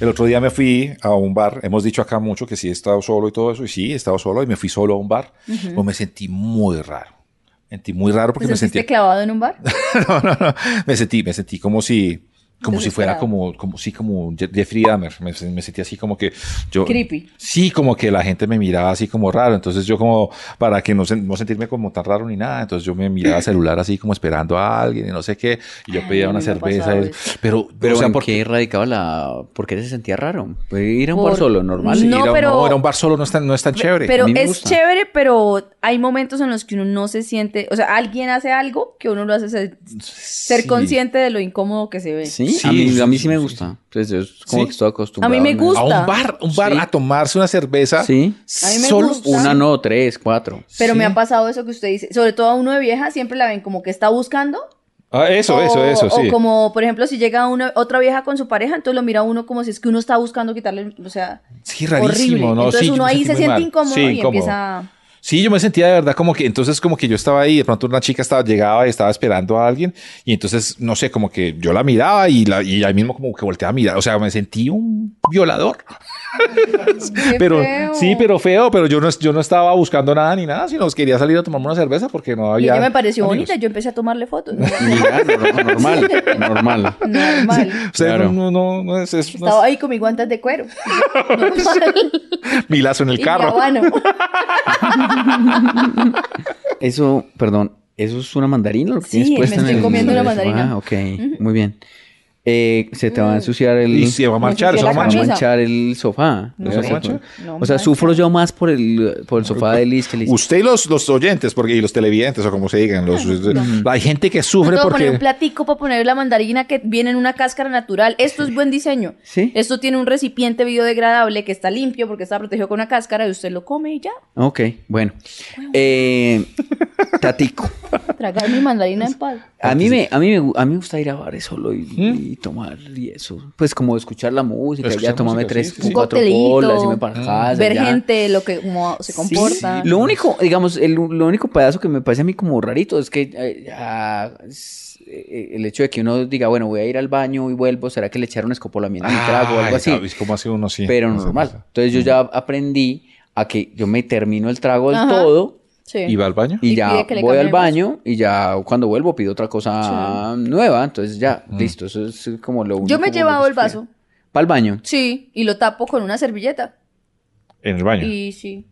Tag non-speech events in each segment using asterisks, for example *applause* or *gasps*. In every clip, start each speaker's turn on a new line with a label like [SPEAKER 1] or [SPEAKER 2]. [SPEAKER 1] El otro día me fui a un bar, hemos dicho acá mucho que sí he estado solo y todo eso, y sí, he estado solo y me fui solo a un bar,
[SPEAKER 2] Ujú.
[SPEAKER 1] pues me sentí muy raro. Me sentí muy raro porque
[SPEAKER 2] ¿Te
[SPEAKER 1] me
[SPEAKER 2] sentiste
[SPEAKER 1] sentí...
[SPEAKER 2] Pues clavado en un bar?
[SPEAKER 1] *laughs* no, no, no, me sentí, me sentí como si... Como si fuera
[SPEAKER 2] Desesperado.
[SPEAKER 1] como, como, sí, como Je- Jeffrey Dahmer. Me, me sentí así como que yo.
[SPEAKER 2] Creepy.
[SPEAKER 1] Sí, como que la gente me miraba así como raro. Entonces yo como, para que no, sen- no sentirme como tan raro ni nada. Entonces yo me miraba al celular así como esperando a alguien y no sé qué. Y yo
[SPEAKER 2] Ay,
[SPEAKER 1] pedía
[SPEAKER 2] a mí
[SPEAKER 1] una
[SPEAKER 2] me ha
[SPEAKER 1] cerveza.
[SPEAKER 2] pasado
[SPEAKER 1] y-
[SPEAKER 2] eso.
[SPEAKER 1] pero,
[SPEAKER 3] Pero
[SPEAKER 1] o sea,
[SPEAKER 3] ¿en
[SPEAKER 1] porque-
[SPEAKER 3] qué radicaba la...? ¿Por qué se sentía raro? Pues ir a un bar
[SPEAKER 2] Por-
[SPEAKER 3] solo, normal.
[SPEAKER 1] Sí,
[SPEAKER 2] No,
[SPEAKER 1] era, un-
[SPEAKER 2] pero-
[SPEAKER 1] no, era un bar solo, no es tan, no es tan chévere.
[SPEAKER 2] Pero
[SPEAKER 3] A mí me
[SPEAKER 2] es
[SPEAKER 3] gusta.
[SPEAKER 2] chévere, pero hay momentos en los que uno no se siente, o sea, alguien hace algo que uno lo hace ser, ser
[SPEAKER 1] Sí.
[SPEAKER 2] consciente de lo incómodo que se ve.
[SPEAKER 3] Sí,
[SPEAKER 1] Sí,
[SPEAKER 3] a, mí,
[SPEAKER 1] sí,
[SPEAKER 3] a mí
[SPEAKER 1] sí,
[SPEAKER 3] sí me
[SPEAKER 1] sí,
[SPEAKER 3] gusta. Entonces, es como
[SPEAKER 1] Sí.
[SPEAKER 3] que estoy acostumbrado.
[SPEAKER 2] A mí me
[SPEAKER 3] ¿no?
[SPEAKER 2] gusta.
[SPEAKER 1] A un bar, un bar,
[SPEAKER 3] Sí.
[SPEAKER 1] a tomarse una cerveza.
[SPEAKER 3] Sí.
[SPEAKER 2] A mí me
[SPEAKER 1] solo
[SPEAKER 2] gusta.
[SPEAKER 1] una.
[SPEAKER 3] Una, no, tres, cuatro.
[SPEAKER 2] Pero me
[SPEAKER 1] Sí.
[SPEAKER 2] ha pasado eso que usted dice, sobre todo a uno de vieja siempre la ven como que está buscando.
[SPEAKER 1] Ah, eso,
[SPEAKER 2] o,
[SPEAKER 1] eso, eso,
[SPEAKER 2] o
[SPEAKER 1] sí.
[SPEAKER 2] como, por ejemplo, si llega una, otra vieja con su pareja, entonces lo mira a uno como si es que uno está buscando quitarle, o sea,
[SPEAKER 1] Sí, rarísimo,
[SPEAKER 2] horrible.
[SPEAKER 1] ¿no?
[SPEAKER 2] entonces
[SPEAKER 1] Sí, yo
[SPEAKER 2] uno
[SPEAKER 1] me
[SPEAKER 2] ahí
[SPEAKER 1] sentí
[SPEAKER 2] se
[SPEAKER 1] muy
[SPEAKER 2] siente
[SPEAKER 1] mal.
[SPEAKER 2] incómodo
[SPEAKER 1] Sí,
[SPEAKER 2] y
[SPEAKER 1] incómodo.
[SPEAKER 2] empieza... a-
[SPEAKER 1] Sí, yo me sentía de verdad como que, entonces como que yo estaba ahí, de pronto una chica estaba, llegaba y estaba esperando a alguien y entonces, no sé, como que yo la miraba y, la, y ahí mismo como que volteaba a mirar, o sea, me sentí un violador,
[SPEAKER 2] Qué
[SPEAKER 1] pero
[SPEAKER 2] feo.
[SPEAKER 1] sí, pero feo, pero yo no, yo no estaba buscando nada ni nada, sino que quería salir a tomarme una cerveza porque no
[SPEAKER 2] Y
[SPEAKER 1] había...
[SPEAKER 2] ella me pareció
[SPEAKER 1] amigos.
[SPEAKER 2] bonita, yo empecé a tomarle fotos.
[SPEAKER 1] *laughs*
[SPEAKER 2] ¿no?
[SPEAKER 3] Mira, nor- normal, normal.
[SPEAKER 2] Normal.
[SPEAKER 1] O sea,
[SPEAKER 3] Claro.
[SPEAKER 1] no, no, no, es, es- no es-
[SPEAKER 2] Estaba ahí con mis guantes de
[SPEAKER 3] *laughs*
[SPEAKER 2] cuero.
[SPEAKER 1] mi lazo en el
[SPEAKER 2] Y mi
[SPEAKER 1] carro.
[SPEAKER 2] habano.
[SPEAKER 3] Eso, perdón, ¿eso es una mandarina? Lo que
[SPEAKER 2] Sí,
[SPEAKER 3] tienes
[SPEAKER 2] me
[SPEAKER 3] puesta en
[SPEAKER 2] estoy
[SPEAKER 3] el-
[SPEAKER 2] comiendo una
[SPEAKER 3] Ah,
[SPEAKER 2] mandarina.
[SPEAKER 3] ok, muy bien. Eh, se te va a ensuciar el...
[SPEAKER 1] Y se va a marchar,
[SPEAKER 2] ensucié
[SPEAKER 1] se va a
[SPEAKER 2] la
[SPEAKER 3] va a
[SPEAKER 1] manchar.
[SPEAKER 2] camisa.
[SPEAKER 3] manchar el sofá.
[SPEAKER 2] No
[SPEAKER 3] O sea,
[SPEAKER 1] se
[SPEAKER 3] se-
[SPEAKER 1] mancha.
[SPEAKER 2] No
[SPEAKER 3] o sea,
[SPEAKER 2] mancha.
[SPEAKER 3] sufro yo más por el, por el sofá de Liz que Liz.
[SPEAKER 1] Usted y los, los oyentes, porque, y los televidentes, o como se digan. Los, Hay gente que sufre
[SPEAKER 2] Tengo que Pues poner
[SPEAKER 1] porque.
[SPEAKER 2] un platico para poner la mandarina que viene en una cáscara natural. Esto es buen diseño.
[SPEAKER 3] Sí.
[SPEAKER 2] Esto tiene un recipiente biodegradable que está limpio porque está protegido con una cáscara y usted lo come y ya.
[SPEAKER 3] Ok, bueno. Eh,
[SPEAKER 2] *laughs*
[SPEAKER 3] tatico.
[SPEAKER 2] Tragar mi mandarina en paz.
[SPEAKER 3] A mí, me, a, mí me, gu- a mí me gusta ir a bares solo y,
[SPEAKER 2] ¿Mm?
[SPEAKER 3] y tomar y eso. Pues como escuchar la música,
[SPEAKER 1] Escuchar
[SPEAKER 3] ya tomame
[SPEAKER 1] música,
[SPEAKER 3] tres,
[SPEAKER 1] sí, sí, sí.
[SPEAKER 3] cuatro
[SPEAKER 2] Coctelito, ah.
[SPEAKER 3] bolas, y me para casa,
[SPEAKER 2] Ver
[SPEAKER 3] Ah, ya.
[SPEAKER 2] gente, lo que como se
[SPEAKER 3] Sí,
[SPEAKER 2] comporta.
[SPEAKER 3] Lo único, digamos, el, lo único pedazo que me parece a mí como rarito es que eh, ah, es, eh, el hecho de que uno diga, bueno, voy a ir al baño y vuelvo, ¿será que le echaron escopolamiento a mi trago o algo
[SPEAKER 1] Ay,
[SPEAKER 3] así?
[SPEAKER 1] ¿sabes cómo hace uno así?
[SPEAKER 3] Pero
[SPEAKER 1] No sé,
[SPEAKER 3] normal.
[SPEAKER 1] no sé.
[SPEAKER 3] Entonces yo ya aprendí a que yo me termino el trago del
[SPEAKER 2] Ajá.
[SPEAKER 3] todo
[SPEAKER 2] Sí.
[SPEAKER 1] ¿Y va al baño?
[SPEAKER 3] y,
[SPEAKER 2] Y
[SPEAKER 3] ya
[SPEAKER 2] pide que le
[SPEAKER 3] voy
[SPEAKER 2] cambie
[SPEAKER 3] al
[SPEAKER 2] el vaso.
[SPEAKER 3] baño y ya cuando vuelvo pido otra cosa nueva. Entonces ya,
[SPEAKER 1] Mm.
[SPEAKER 3] listo. Eso es como lo único.
[SPEAKER 2] Yo me he llevado el vaso.
[SPEAKER 3] Para el baño.
[SPEAKER 2] Sí, y lo tapo con una servilleta.
[SPEAKER 1] En el baño. ¿Eh?
[SPEAKER 2] Y sí.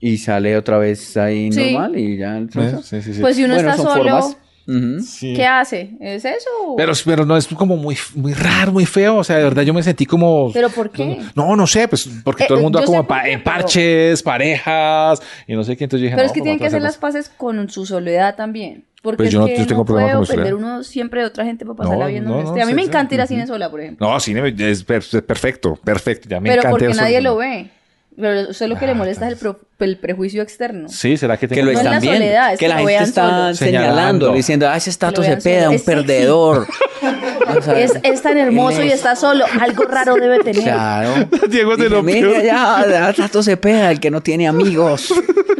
[SPEAKER 3] Y sale otra vez ahí
[SPEAKER 2] Sí.
[SPEAKER 3] normal y ya.
[SPEAKER 1] ¿Eh?
[SPEAKER 3] entonces-
[SPEAKER 1] Sí, sí, sí.
[SPEAKER 2] Pues si uno
[SPEAKER 3] Bueno,
[SPEAKER 2] está
[SPEAKER 3] son
[SPEAKER 2] solo,
[SPEAKER 3] formas. Ujú.
[SPEAKER 1] Sí.
[SPEAKER 2] ¿qué hace? ¿Es eso?
[SPEAKER 1] Pero, pero no es como muy, muy raro, muy feo. O sea, de verdad yo me sentí como.
[SPEAKER 2] ¿Pero por qué?
[SPEAKER 1] No, no sé, pues porque
[SPEAKER 2] Eh,
[SPEAKER 1] todo el mundo
[SPEAKER 2] yo
[SPEAKER 1] como
[SPEAKER 2] sé por
[SPEAKER 1] pa-
[SPEAKER 2] qué,
[SPEAKER 1] en
[SPEAKER 2] pero-
[SPEAKER 1] parches, parejas y no sé qué. Entonces yo dije, no,
[SPEAKER 2] Pero es que
[SPEAKER 1] pues, voy
[SPEAKER 2] tienen que
[SPEAKER 1] a
[SPEAKER 2] hacer
[SPEAKER 1] hacer
[SPEAKER 2] las paces con su soledad también. Porque
[SPEAKER 1] Pues
[SPEAKER 2] es
[SPEAKER 1] yo no-
[SPEAKER 2] que
[SPEAKER 1] yo tengo
[SPEAKER 2] no
[SPEAKER 1] problema
[SPEAKER 2] puede
[SPEAKER 1] con mi soledad.
[SPEAKER 2] depender uno siempre de otra gente para pasarla
[SPEAKER 1] No,
[SPEAKER 2] bien
[SPEAKER 1] no,
[SPEAKER 2] donde
[SPEAKER 1] no,
[SPEAKER 2] esté. A mí
[SPEAKER 1] sí,
[SPEAKER 2] me
[SPEAKER 1] sí.
[SPEAKER 2] encanta ir a
[SPEAKER 1] Ujú.
[SPEAKER 2] cine sola, por ejemplo.
[SPEAKER 1] No, cine es per- es perfecto, perfecto. Ya me
[SPEAKER 2] Pero
[SPEAKER 1] encanta
[SPEAKER 2] porque
[SPEAKER 1] eso.
[SPEAKER 2] nadie lo ve. Pero usted lo que
[SPEAKER 1] Ah,
[SPEAKER 2] le molesta es el, pro- el prejuicio externo.
[SPEAKER 1] Sí, será que
[SPEAKER 3] Que
[SPEAKER 1] tengo
[SPEAKER 3] lo
[SPEAKER 2] No es
[SPEAKER 3] están
[SPEAKER 2] la
[SPEAKER 3] viendo.
[SPEAKER 2] soledad, es
[SPEAKER 3] que
[SPEAKER 2] que
[SPEAKER 3] la
[SPEAKER 2] lo
[SPEAKER 3] gente
[SPEAKER 2] vean
[SPEAKER 3] está
[SPEAKER 2] solo.
[SPEAKER 3] señalándolo,
[SPEAKER 1] Señalando.
[SPEAKER 3] diciendo, ah, ese es
[SPEAKER 2] Que
[SPEAKER 3] Tato
[SPEAKER 2] lo vean
[SPEAKER 3] Cepeda,
[SPEAKER 2] solo.
[SPEAKER 3] un
[SPEAKER 2] Es sexy. *laughs*
[SPEAKER 3] perdedor. O sea,
[SPEAKER 2] Es, es tan hermoso y está solo. Algo raro debe tener.
[SPEAKER 3] Claro.
[SPEAKER 1] *laughs* Diego es de
[SPEAKER 3] Dice,
[SPEAKER 1] lo
[SPEAKER 3] "Mira,
[SPEAKER 1] peor.
[SPEAKER 3] ya, ah, Tato Cepeda, el que no tiene amigos.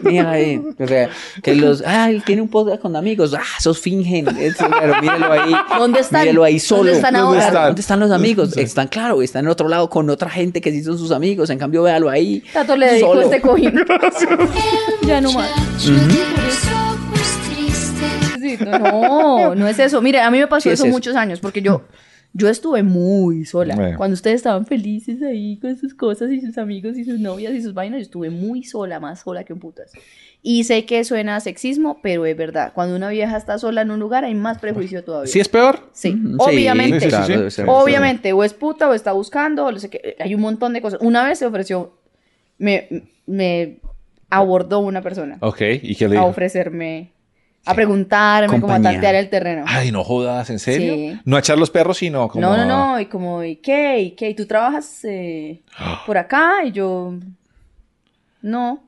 [SPEAKER 3] Mira ahí. O sea, que los. Ah, él tiene un podcast con amigos. Ah, esos fingen. Es- claro, mírelo ahí.
[SPEAKER 2] ¿Dónde están?
[SPEAKER 3] Mírelo ahí
[SPEAKER 2] ¿Dónde
[SPEAKER 3] solo.
[SPEAKER 2] están
[SPEAKER 3] Claro,
[SPEAKER 2] ahora?
[SPEAKER 3] ¿Dónde están los amigos? Están, claro, están en otro lado con otra gente que sí son sus amigos. En cambio, véalo ahí.
[SPEAKER 2] Tato le dedico
[SPEAKER 3] solo.
[SPEAKER 1] *laughs*
[SPEAKER 2] este cojín. ya no más.
[SPEAKER 4] Muchacho de los ojos tristes.
[SPEAKER 2] Sí, no, no, no es eso. Mire, a mí me pasó
[SPEAKER 3] Sí, es
[SPEAKER 2] eso
[SPEAKER 3] eso.
[SPEAKER 2] muchos años, porque yo, yo estuve muy sola.
[SPEAKER 1] Bueno.
[SPEAKER 2] Cuando ustedes estaban felices ahí con sus cosas y sus amigos y sus novias y sus vainas, yo estuve muy sola, más sola que un putas. Y sé que suena a sexismo, pero es verdad. Cuando una vieja está sola en un lugar, hay más prejuicio todavía.
[SPEAKER 1] Sí, es peor.
[SPEAKER 2] Sí,
[SPEAKER 3] Sí,
[SPEAKER 2] obviamente.
[SPEAKER 1] Sí, sí, sí.
[SPEAKER 3] debe ser.
[SPEAKER 2] Obviamente, o es puta o está buscando, o no sé qué. Hay un montón de cosas. Una vez se ofreció, me, me abordó una persona
[SPEAKER 1] Ok, ¿y qué le
[SPEAKER 2] a
[SPEAKER 1] dijo?
[SPEAKER 2] ofrecerme, a preguntarme, como a
[SPEAKER 3] Compañía.
[SPEAKER 2] tantear el terreno.
[SPEAKER 1] Ay, no jodas, ¿en serio?
[SPEAKER 2] Sí.
[SPEAKER 1] No a echar los perros, sino como...
[SPEAKER 2] No, no,
[SPEAKER 1] a-
[SPEAKER 2] no, y como, ¿y qué? ¿Y qué? ¿Y tú trabajas
[SPEAKER 1] *gasps*
[SPEAKER 2] eh, por acá? Y yo, no.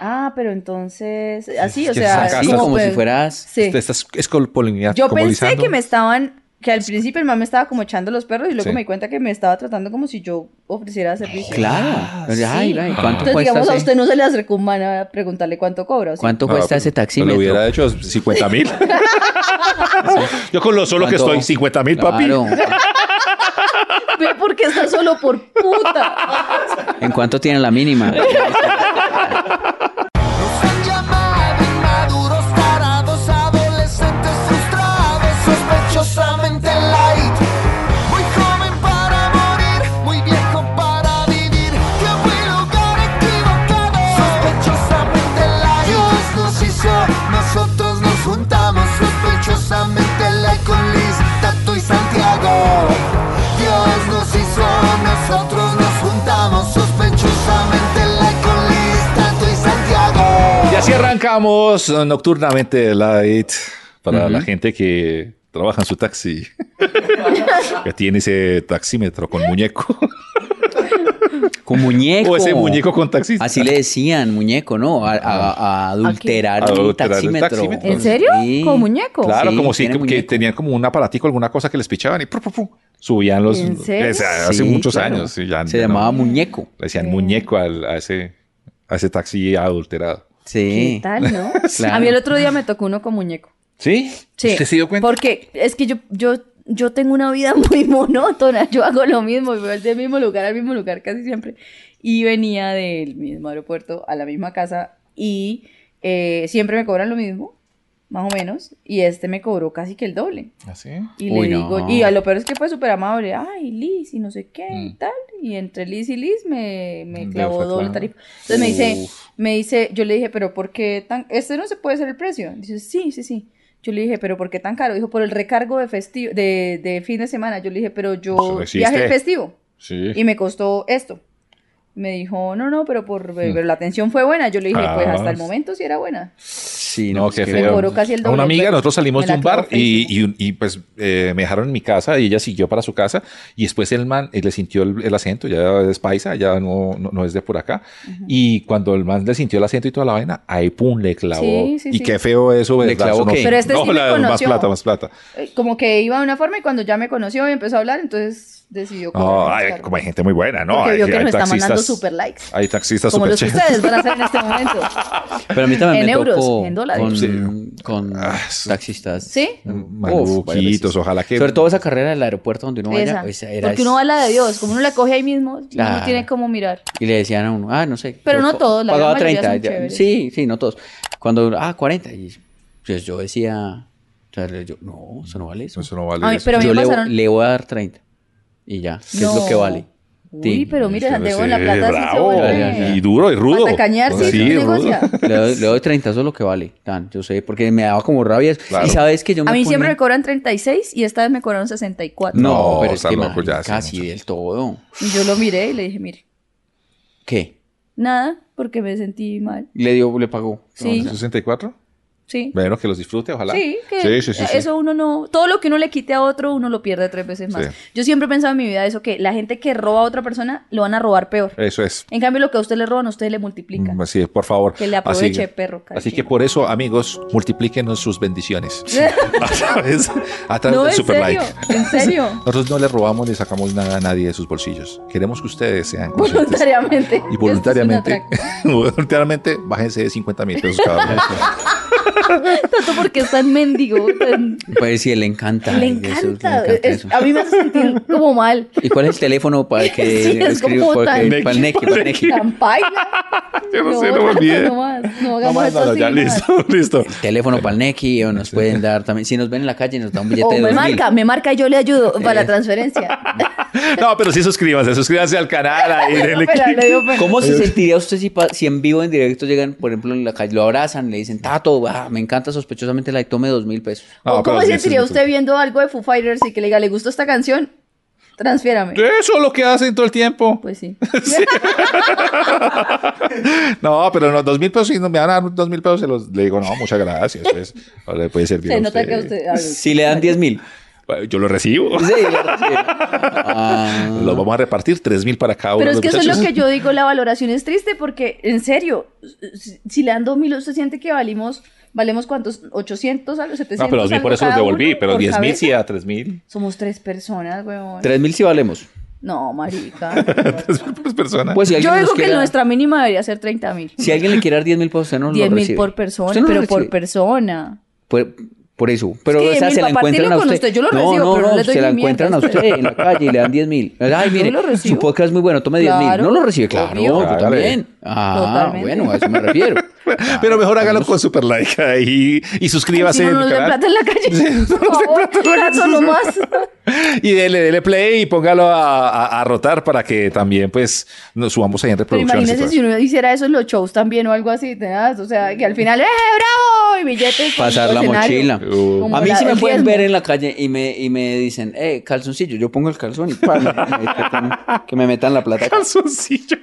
[SPEAKER 2] Ah, pero entonces, así,
[SPEAKER 1] es
[SPEAKER 2] o
[SPEAKER 1] que
[SPEAKER 2] sea,
[SPEAKER 1] es
[SPEAKER 3] Así
[SPEAKER 1] Como,
[SPEAKER 3] como si
[SPEAKER 2] pues,
[SPEAKER 3] fueras.
[SPEAKER 2] sí.
[SPEAKER 1] Te estás escolpolinizando.
[SPEAKER 2] Yo pensé que me estaban, que al principio el man me estaba como echando los perros y luego
[SPEAKER 1] Sí.
[SPEAKER 2] me di cuenta que me estaba tratando como si yo ofreciera servicio.
[SPEAKER 3] Claro.
[SPEAKER 1] sí.
[SPEAKER 3] Ay, ay, ¿cuánto
[SPEAKER 1] pues,
[SPEAKER 2] Entonces,
[SPEAKER 3] cuesta
[SPEAKER 2] digamos, a
[SPEAKER 3] ese-
[SPEAKER 2] usted no se le acercó un man a preguntarle cuánto cobra. ¿o sí?
[SPEAKER 3] ¿Cuánto
[SPEAKER 1] pues, No,
[SPEAKER 3] cuesta
[SPEAKER 1] Ah, pero-
[SPEAKER 3] ese
[SPEAKER 1] pero
[SPEAKER 3] taxímetro?
[SPEAKER 1] hubiera hecho 50
[SPEAKER 3] *laughs*
[SPEAKER 1] mil. Yo con lo solo que
[SPEAKER 3] ¿Cuánto?
[SPEAKER 1] estoy, 50 mil, papi.
[SPEAKER 3] Claro.
[SPEAKER 2] Ve porque está solo por
[SPEAKER 1] *laughs*
[SPEAKER 2] puta.
[SPEAKER 3] ¿En cuánto tiene la mínima?
[SPEAKER 5] Nos han llamado inmaduros, tarados, adolescentes frustrados, sospechosamente light. Muy joven para morir, muy viejo para vivir. Yo fui lugar equivocado, sospechosamente light. Dios nos hizo, nosotros nos juntamos, sospechosamente light con Liz, Tato y Santiago. Dios nos hizo, nosotros nos juntamos, sospechosamente light con Liz, Tato y Santiago.
[SPEAKER 1] Y así arrancamos eh, nocturnamente Light para la gente que trabaja en su
[SPEAKER 3] *laughs*
[SPEAKER 1] taxi. que tiene ese taxímetro con muñeco. *laughs*
[SPEAKER 3] Con muñeco.
[SPEAKER 1] o ese muñeco con taxista.
[SPEAKER 3] Así le decían, muñeco, ¿no? A, a- a adulterar,
[SPEAKER 1] ¿A qué?
[SPEAKER 3] el
[SPEAKER 1] Adulterar el
[SPEAKER 3] taxímetro.
[SPEAKER 1] taxímetro.
[SPEAKER 2] ¿En serio?
[SPEAKER 3] Sí.
[SPEAKER 2] ¿Con muñeco?
[SPEAKER 1] Claro,
[SPEAKER 3] Sí,
[SPEAKER 1] como si
[SPEAKER 3] tiene
[SPEAKER 1] que
[SPEAKER 3] muñeco.
[SPEAKER 1] tenían como un aparatico, alguna cosa que les pichaban y pu, pu, pu, subían los.
[SPEAKER 2] ¿En serio?
[SPEAKER 1] o sea, hace
[SPEAKER 3] Sí,
[SPEAKER 1] muchos
[SPEAKER 3] claro.
[SPEAKER 1] años. y ya-
[SPEAKER 3] Se
[SPEAKER 1] ya no-
[SPEAKER 3] llamaba muñeco.
[SPEAKER 1] Le decían muñeco al- a, ese, a ese taxi adulterado.
[SPEAKER 3] Sí.
[SPEAKER 2] ¿Qué tal,
[SPEAKER 1] *laughs*
[SPEAKER 2] no?
[SPEAKER 3] Claro.
[SPEAKER 2] A mí el otro día me tocó uno con muñeco.
[SPEAKER 1] ¿Sí?
[SPEAKER 2] Sí.
[SPEAKER 1] ¿Usted se dio cuenta?
[SPEAKER 2] Porque es que yo, yo, yo tengo una vida *laughs* muy monótona. Yo hago lo mismo, y voy del mismo lugar al mismo lugar casi siempre. Y venía del mismo aeropuerto a la misma casa y eh, siempre me cobran lo mismo, más o menos. Y este me cobró casi que el doble.
[SPEAKER 1] ¿Así?
[SPEAKER 2] Y
[SPEAKER 3] Uy,
[SPEAKER 2] le
[SPEAKER 3] no.
[SPEAKER 2] digo, y a lo peor es que fue súper amable, ay, Liz, y no sé qué, y
[SPEAKER 1] Mm.
[SPEAKER 2] tal. Y entre Liz y Liz me, me
[SPEAKER 1] Le
[SPEAKER 2] clavó
[SPEAKER 1] fue
[SPEAKER 2] doble
[SPEAKER 1] clavando.
[SPEAKER 2] tarifa. Entonces me dice,
[SPEAKER 1] Uf.
[SPEAKER 2] me dice, yo le dije, pero ¿por qué tan, este no se puede ser el precio? Dice, sí, sí, sí. Yo le dije, pero ¿por qué tan caro? Dijo, por el recargo de festivo, de, de fin de semana. Yo le dije, pero yo
[SPEAKER 1] Pues existe.
[SPEAKER 2] viaje festivo
[SPEAKER 1] Sí.
[SPEAKER 2] y me costó esto. Me dijo, no, no, pero por
[SPEAKER 1] Hmm.
[SPEAKER 2] pero la atención fue buena. Yo le dije, pues
[SPEAKER 1] Ah.
[SPEAKER 2] hasta el momento sí era buena.
[SPEAKER 3] Sí,
[SPEAKER 1] No, qué
[SPEAKER 3] es que-
[SPEAKER 1] feo.
[SPEAKER 2] cobró casi el
[SPEAKER 1] A una
[SPEAKER 2] doble,
[SPEAKER 1] amiga,
[SPEAKER 2] pero
[SPEAKER 1] nosotros salimos
[SPEAKER 2] me
[SPEAKER 1] de
[SPEAKER 2] la
[SPEAKER 1] un bar
[SPEAKER 2] clavó
[SPEAKER 1] y, y- y, pues eh, me dejaron en mi casa y ella siguió para su casa y después el man eh, le sintió el, el acento, ya es paisa, ya no, no, no es de por acá. Y cuando el man le sintió el acento y toda la vaina, ahí pum, le clavó.
[SPEAKER 2] Sí, sí,
[SPEAKER 1] y
[SPEAKER 2] sí.
[SPEAKER 1] qué feo eso,
[SPEAKER 3] ¿Le
[SPEAKER 1] ¿verdad?
[SPEAKER 3] clavó
[SPEAKER 1] Eso no-
[SPEAKER 3] qué?
[SPEAKER 2] Pero este
[SPEAKER 1] no,
[SPEAKER 2] sí me
[SPEAKER 1] la- más
[SPEAKER 2] conoció.
[SPEAKER 1] plata, más plata.
[SPEAKER 2] Eh, Como que iba de una forma y cuando ya me conoció y empezó a hablar, entonces decidió
[SPEAKER 1] No,
[SPEAKER 2] cobrarme más
[SPEAKER 1] ay,
[SPEAKER 2] caro.
[SPEAKER 1] como hay gente muy buena, ¿no?
[SPEAKER 2] Porque
[SPEAKER 1] hay,
[SPEAKER 2] vio que
[SPEAKER 1] hay
[SPEAKER 2] nos está
[SPEAKER 1] taxistas-
[SPEAKER 2] mandando super likes.
[SPEAKER 1] Hay taxistas
[SPEAKER 2] Como
[SPEAKER 1] super
[SPEAKER 2] los que ustedes van a hacer
[SPEAKER 1] *laughs*
[SPEAKER 2] en este momento.
[SPEAKER 3] Pero a mí también
[SPEAKER 2] En
[SPEAKER 3] me
[SPEAKER 2] euros,
[SPEAKER 3] tocó
[SPEAKER 2] en dólares.
[SPEAKER 3] con,
[SPEAKER 1] Sí.
[SPEAKER 3] con
[SPEAKER 1] Ah, sí.
[SPEAKER 3] taxistas.
[SPEAKER 2] ¿Sí?
[SPEAKER 3] Uf, vaya
[SPEAKER 1] Maluquitos,
[SPEAKER 3] veces.
[SPEAKER 1] ojalá que.
[SPEAKER 3] Sobre todo esa carrera del aeropuerto donde uno vaya.
[SPEAKER 2] Esa.
[SPEAKER 3] esa era
[SPEAKER 2] Porque uno va a la de Dios. Como uno la coge ahí mismo,
[SPEAKER 3] Claro.
[SPEAKER 2] uno tiene como mirar.
[SPEAKER 3] Y le decían a uno, ah, no sé.
[SPEAKER 2] Pero
[SPEAKER 3] yo
[SPEAKER 2] no
[SPEAKER 3] pa-
[SPEAKER 2] todos, la gran
[SPEAKER 3] Pagaba
[SPEAKER 2] mayoría son
[SPEAKER 3] 30.
[SPEAKER 2] chéveres.
[SPEAKER 3] sí, sí, no todos. Cuando, ah, 40. Y pues yo decía, o sea, yo, no, eso no vale eso.
[SPEAKER 1] Eso no vale.
[SPEAKER 2] Ay,
[SPEAKER 1] eso.
[SPEAKER 2] pero a mí
[SPEAKER 3] yo
[SPEAKER 2] me
[SPEAKER 3] le,
[SPEAKER 2] pasaron-
[SPEAKER 3] le voy a dar 30. Y ya, que es lo que
[SPEAKER 2] No.
[SPEAKER 3] vale. Sí.
[SPEAKER 2] Uy, pero mira,
[SPEAKER 1] Sí,
[SPEAKER 2] Santiago en
[SPEAKER 1] sí,
[SPEAKER 2] la plata sí se
[SPEAKER 1] bravo.
[SPEAKER 2] vuelve.
[SPEAKER 1] Y duro y rudo.
[SPEAKER 2] Para cañar, sí,
[SPEAKER 1] Sí,
[SPEAKER 2] sí,
[SPEAKER 1] rudo.
[SPEAKER 3] *laughs*
[SPEAKER 2] negocia.
[SPEAKER 3] Le doy, le doy 30, eso es lo que vale. Tan, yo sé, porque me daba como rabia.
[SPEAKER 1] Claro.
[SPEAKER 3] Y sabes que yo me
[SPEAKER 2] A mí
[SPEAKER 3] ponía-
[SPEAKER 2] siempre me cobran 36 y esta vez me cobraron 64.
[SPEAKER 3] No,
[SPEAKER 1] No,
[SPEAKER 3] pero es
[SPEAKER 1] está
[SPEAKER 3] que
[SPEAKER 1] loco, ya,
[SPEAKER 3] man,
[SPEAKER 1] sí,
[SPEAKER 3] casi
[SPEAKER 1] mucho.
[SPEAKER 3] del todo.
[SPEAKER 2] Y yo lo miré y le dije, mire,
[SPEAKER 3] ¿Qué?
[SPEAKER 2] nada, porque me sentí mal.
[SPEAKER 3] Le dio, le pagó.
[SPEAKER 2] Sí,
[SPEAKER 1] 64.
[SPEAKER 2] sí.
[SPEAKER 1] Bueno, que los disfrute, ojalá.
[SPEAKER 2] Sí, que
[SPEAKER 1] sí, sí, sí.
[SPEAKER 2] eso uno no, todo lo que uno le quite a otro, uno lo pierde tres veces más.
[SPEAKER 1] Sí.
[SPEAKER 2] Yo siempre he pensado en mi vida eso, que la gente que roba a otra persona, lo van a robar peor.
[SPEAKER 1] Eso es.
[SPEAKER 2] En cambio, lo que a usted le roban, a usted le multiplica.
[SPEAKER 1] Mm, Así es, por favor.
[SPEAKER 2] Que le aproveche, perro, cada
[SPEAKER 1] Así que
[SPEAKER 2] quien.
[SPEAKER 1] por eso, amigos, multiplíquenos sus bendiciones. a través, a través
[SPEAKER 2] No,
[SPEAKER 1] del
[SPEAKER 2] en
[SPEAKER 1] super
[SPEAKER 2] serio,
[SPEAKER 1] like. *laughs*
[SPEAKER 2] en serio. *laughs*
[SPEAKER 1] Nosotros no le robamos ni sacamos nada a nadie de sus bolsillos. Queremos que ustedes sean conscientes.
[SPEAKER 2] Voluntariamente.
[SPEAKER 1] Y voluntariamente,
[SPEAKER 2] Esto es un
[SPEAKER 1] voluntariamente, bájense de 50 mil pesos cada uno.
[SPEAKER 2] atraco. *laughs* Tanto porque es tan mendigo. tan-
[SPEAKER 3] Pues sí, le encanta.
[SPEAKER 2] Le
[SPEAKER 3] eso,
[SPEAKER 2] encanta.
[SPEAKER 3] le encanta
[SPEAKER 2] Es-
[SPEAKER 3] eso.
[SPEAKER 2] a mí me hace sentir
[SPEAKER 1] *laughs*
[SPEAKER 2] como mal.
[SPEAKER 3] ¿Y cuál es el teléfono para
[SPEAKER 2] *laughs*
[SPEAKER 3] que
[SPEAKER 2] Sí, es
[SPEAKER 3] escriba-
[SPEAKER 2] como
[SPEAKER 3] para que-
[SPEAKER 2] tan-
[SPEAKER 3] para el Neki, para el Neki?
[SPEAKER 2] Tan paila.
[SPEAKER 1] *laughs* Yo no sé, no me olvidé.
[SPEAKER 2] No, más, no hagamos
[SPEAKER 1] más,
[SPEAKER 2] esto
[SPEAKER 1] nada,
[SPEAKER 2] así,
[SPEAKER 1] ya,
[SPEAKER 2] no más.
[SPEAKER 1] listo, listo.
[SPEAKER 3] Teléfono para el Neki o nos pueden dar también. Si nos ven en la calle, nos da un billete
[SPEAKER 2] O
[SPEAKER 3] de
[SPEAKER 2] me
[SPEAKER 3] 2000.
[SPEAKER 2] marca, me marca y yo le ayudo
[SPEAKER 1] *laughs*
[SPEAKER 2] para la transferencia.
[SPEAKER 1] No, pero sí suscríbanse, suscríbanse al canal. Ahí, denle
[SPEAKER 2] Pero
[SPEAKER 1] click.
[SPEAKER 2] le digo, pues, pero-
[SPEAKER 3] ¿Cómo se sentiría usted si, pa- si en vivo, en directo, llegan, por ejemplo, en la calle, lo abrazan, le dicen, Tato, ah, me encanta sospechosamente la tome dos mil pesos?
[SPEAKER 1] No,
[SPEAKER 2] ¿O cómo
[SPEAKER 1] pero
[SPEAKER 2] se
[SPEAKER 1] sí, sí,
[SPEAKER 2] sentiría
[SPEAKER 1] sí,
[SPEAKER 2] usted viendo algo de Foo Fighters y que le diga, ¿le gustó esta canción? Transfiérame.
[SPEAKER 1] Eso es lo que hacen todo el tiempo.
[SPEAKER 2] Pues sí.
[SPEAKER 1] No, pero los dos mil pesos, si no me van a dar dos mil pesos, se los, le digo, no, muchas gracias.
[SPEAKER 2] *laughs*
[SPEAKER 1] Pues, o le puede servir.
[SPEAKER 2] Se
[SPEAKER 1] a
[SPEAKER 2] nota que a
[SPEAKER 1] usted.
[SPEAKER 2] usted. a
[SPEAKER 1] *laughs*
[SPEAKER 2] ver,
[SPEAKER 3] Si le dan diez mil.
[SPEAKER 1] Bueno, Yo lo
[SPEAKER 2] *laughs*
[SPEAKER 1] recibo.
[SPEAKER 3] Sí, claro, sí. Ah,
[SPEAKER 1] Lo vamos a repartir tres mil para cada uno.
[SPEAKER 2] Pero
[SPEAKER 1] de
[SPEAKER 2] es
[SPEAKER 1] los
[SPEAKER 2] que eso es lo
[SPEAKER 1] muchachos.
[SPEAKER 2] que yo digo, la valoración es triste porque, en serio, si- si le dan 2.000, usted siente que valimos, valemos cuántos, 800, algo, 700.
[SPEAKER 1] No, pero dos mil
[SPEAKER 2] algo
[SPEAKER 1] por eso los
[SPEAKER 2] cada
[SPEAKER 1] devolví,
[SPEAKER 2] uno
[SPEAKER 1] pero
[SPEAKER 2] por
[SPEAKER 1] diez mil
[SPEAKER 2] cabeza.
[SPEAKER 1] sí a tres
[SPEAKER 2] *laughs*
[SPEAKER 1] mil. *laughs*
[SPEAKER 2] Somos tres personas, weón.
[SPEAKER 3] Tres mil si valemos.
[SPEAKER 2] No, marica.
[SPEAKER 1] *laughs* Tres mil por persona.
[SPEAKER 3] Pues si alguien
[SPEAKER 2] yo
[SPEAKER 3] nos
[SPEAKER 2] digo que
[SPEAKER 3] quiera-
[SPEAKER 2] nuestra mínima debería ser 30.000.
[SPEAKER 3] Si alguien le quiere dar diez mil pesos, usted no lo
[SPEAKER 2] 10.000
[SPEAKER 3] recibe.
[SPEAKER 2] por persona,
[SPEAKER 3] Usted no lo
[SPEAKER 2] pero por
[SPEAKER 3] recibe.
[SPEAKER 2] persona.
[SPEAKER 3] Pues, Por eso. Pero,
[SPEAKER 2] que,
[SPEAKER 3] o sea,
[SPEAKER 2] Emil,
[SPEAKER 3] se la
[SPEAKER 2] pa' partirlo
[SPEAKER 3] encuentran a
[SPEAKER 2] con
[SPEAKER 3] usted.
[SPEAKER 2] usted, yo lo recibo,
[SPEAKER 3] no,
[SPEAKER 2] pero
[SPEAKER 3] no,
[SPEAKER 2] no le doy
[SPEAKER 3] se la
[SPEAKER 2] ni mierda.
[SPEAKER 3] encuentran a usted en la calle y le dan 10 mil. Ay,
[SPEAKER 2] Yo
[SPEAKER 3] mire,
[SPEAKER 2] lo recibo.
[SPEAKER 3] su podcast es muy bueno, tome 10 mil.
[SPEAKER 2] Claro,
[SPEAKER 3] no lo recibe, claro,
[SPEAKER 2] obvio.
[SPEAKER 3] yo
[SPEAKER 1] Claro.
[SPEAKER 3] también. Ah,
[SPEAKER 2] Totalmente.
[SPEAKER 3] bueno, a eso me refiero.
[SPEAKER 2] *laughs*
[SPEAKER 1] Pero mejor hágalo con super like ahí y suscríbase
[SPEAKER 2] Si no
[SPEAKER 1] en
[SPEAKER 2] nos
[SPEAKER 1] el
[SPEAKER 2] den
[SPEAKER 1] canal. *laughs*
[SPEAKER 2] plata en la calle. por favor, plata nomás.
[SPEAKER 1] *laughs* Y dele, dele play y póngalo a, a- a rotar para que también pues nos subamos ahí en
[SPEAKER 2] Pero
[SPEAKER 1] reproducciones. y
[SPEAKER 2] imagínese
[SPEAKER 1] todo
[SPEAKER 2] si uno hiciera eso en los shows también o algo así. tenaz, O sea, que al final, ¡eh, bravo! Y billetes. con
[SPEAKER 3] Pasar la
[SPEAKER 2] escenario.
[SPEAKER 3] mochila.
[SPEAKER 1] Uh.
[SPEAKER 2] Como
[SPEAKER 3] A mí
[SPEAKER 2] la-
[SPEAKER 3] sí me
[SPEAKER 2] el
[SPEAKER 3] pueden
[SPEAKER 2] diezmo.
[SPEAKER 3] ver en la calle y me, y me dicen, eh, calzoncillo, yo pongo el calzón y ¡pam! me metan- que me metan la
[SPEAKER 1] *laughs*
[SPEAKER 3] plata.
[SPEAKER 1] Calzoncillo.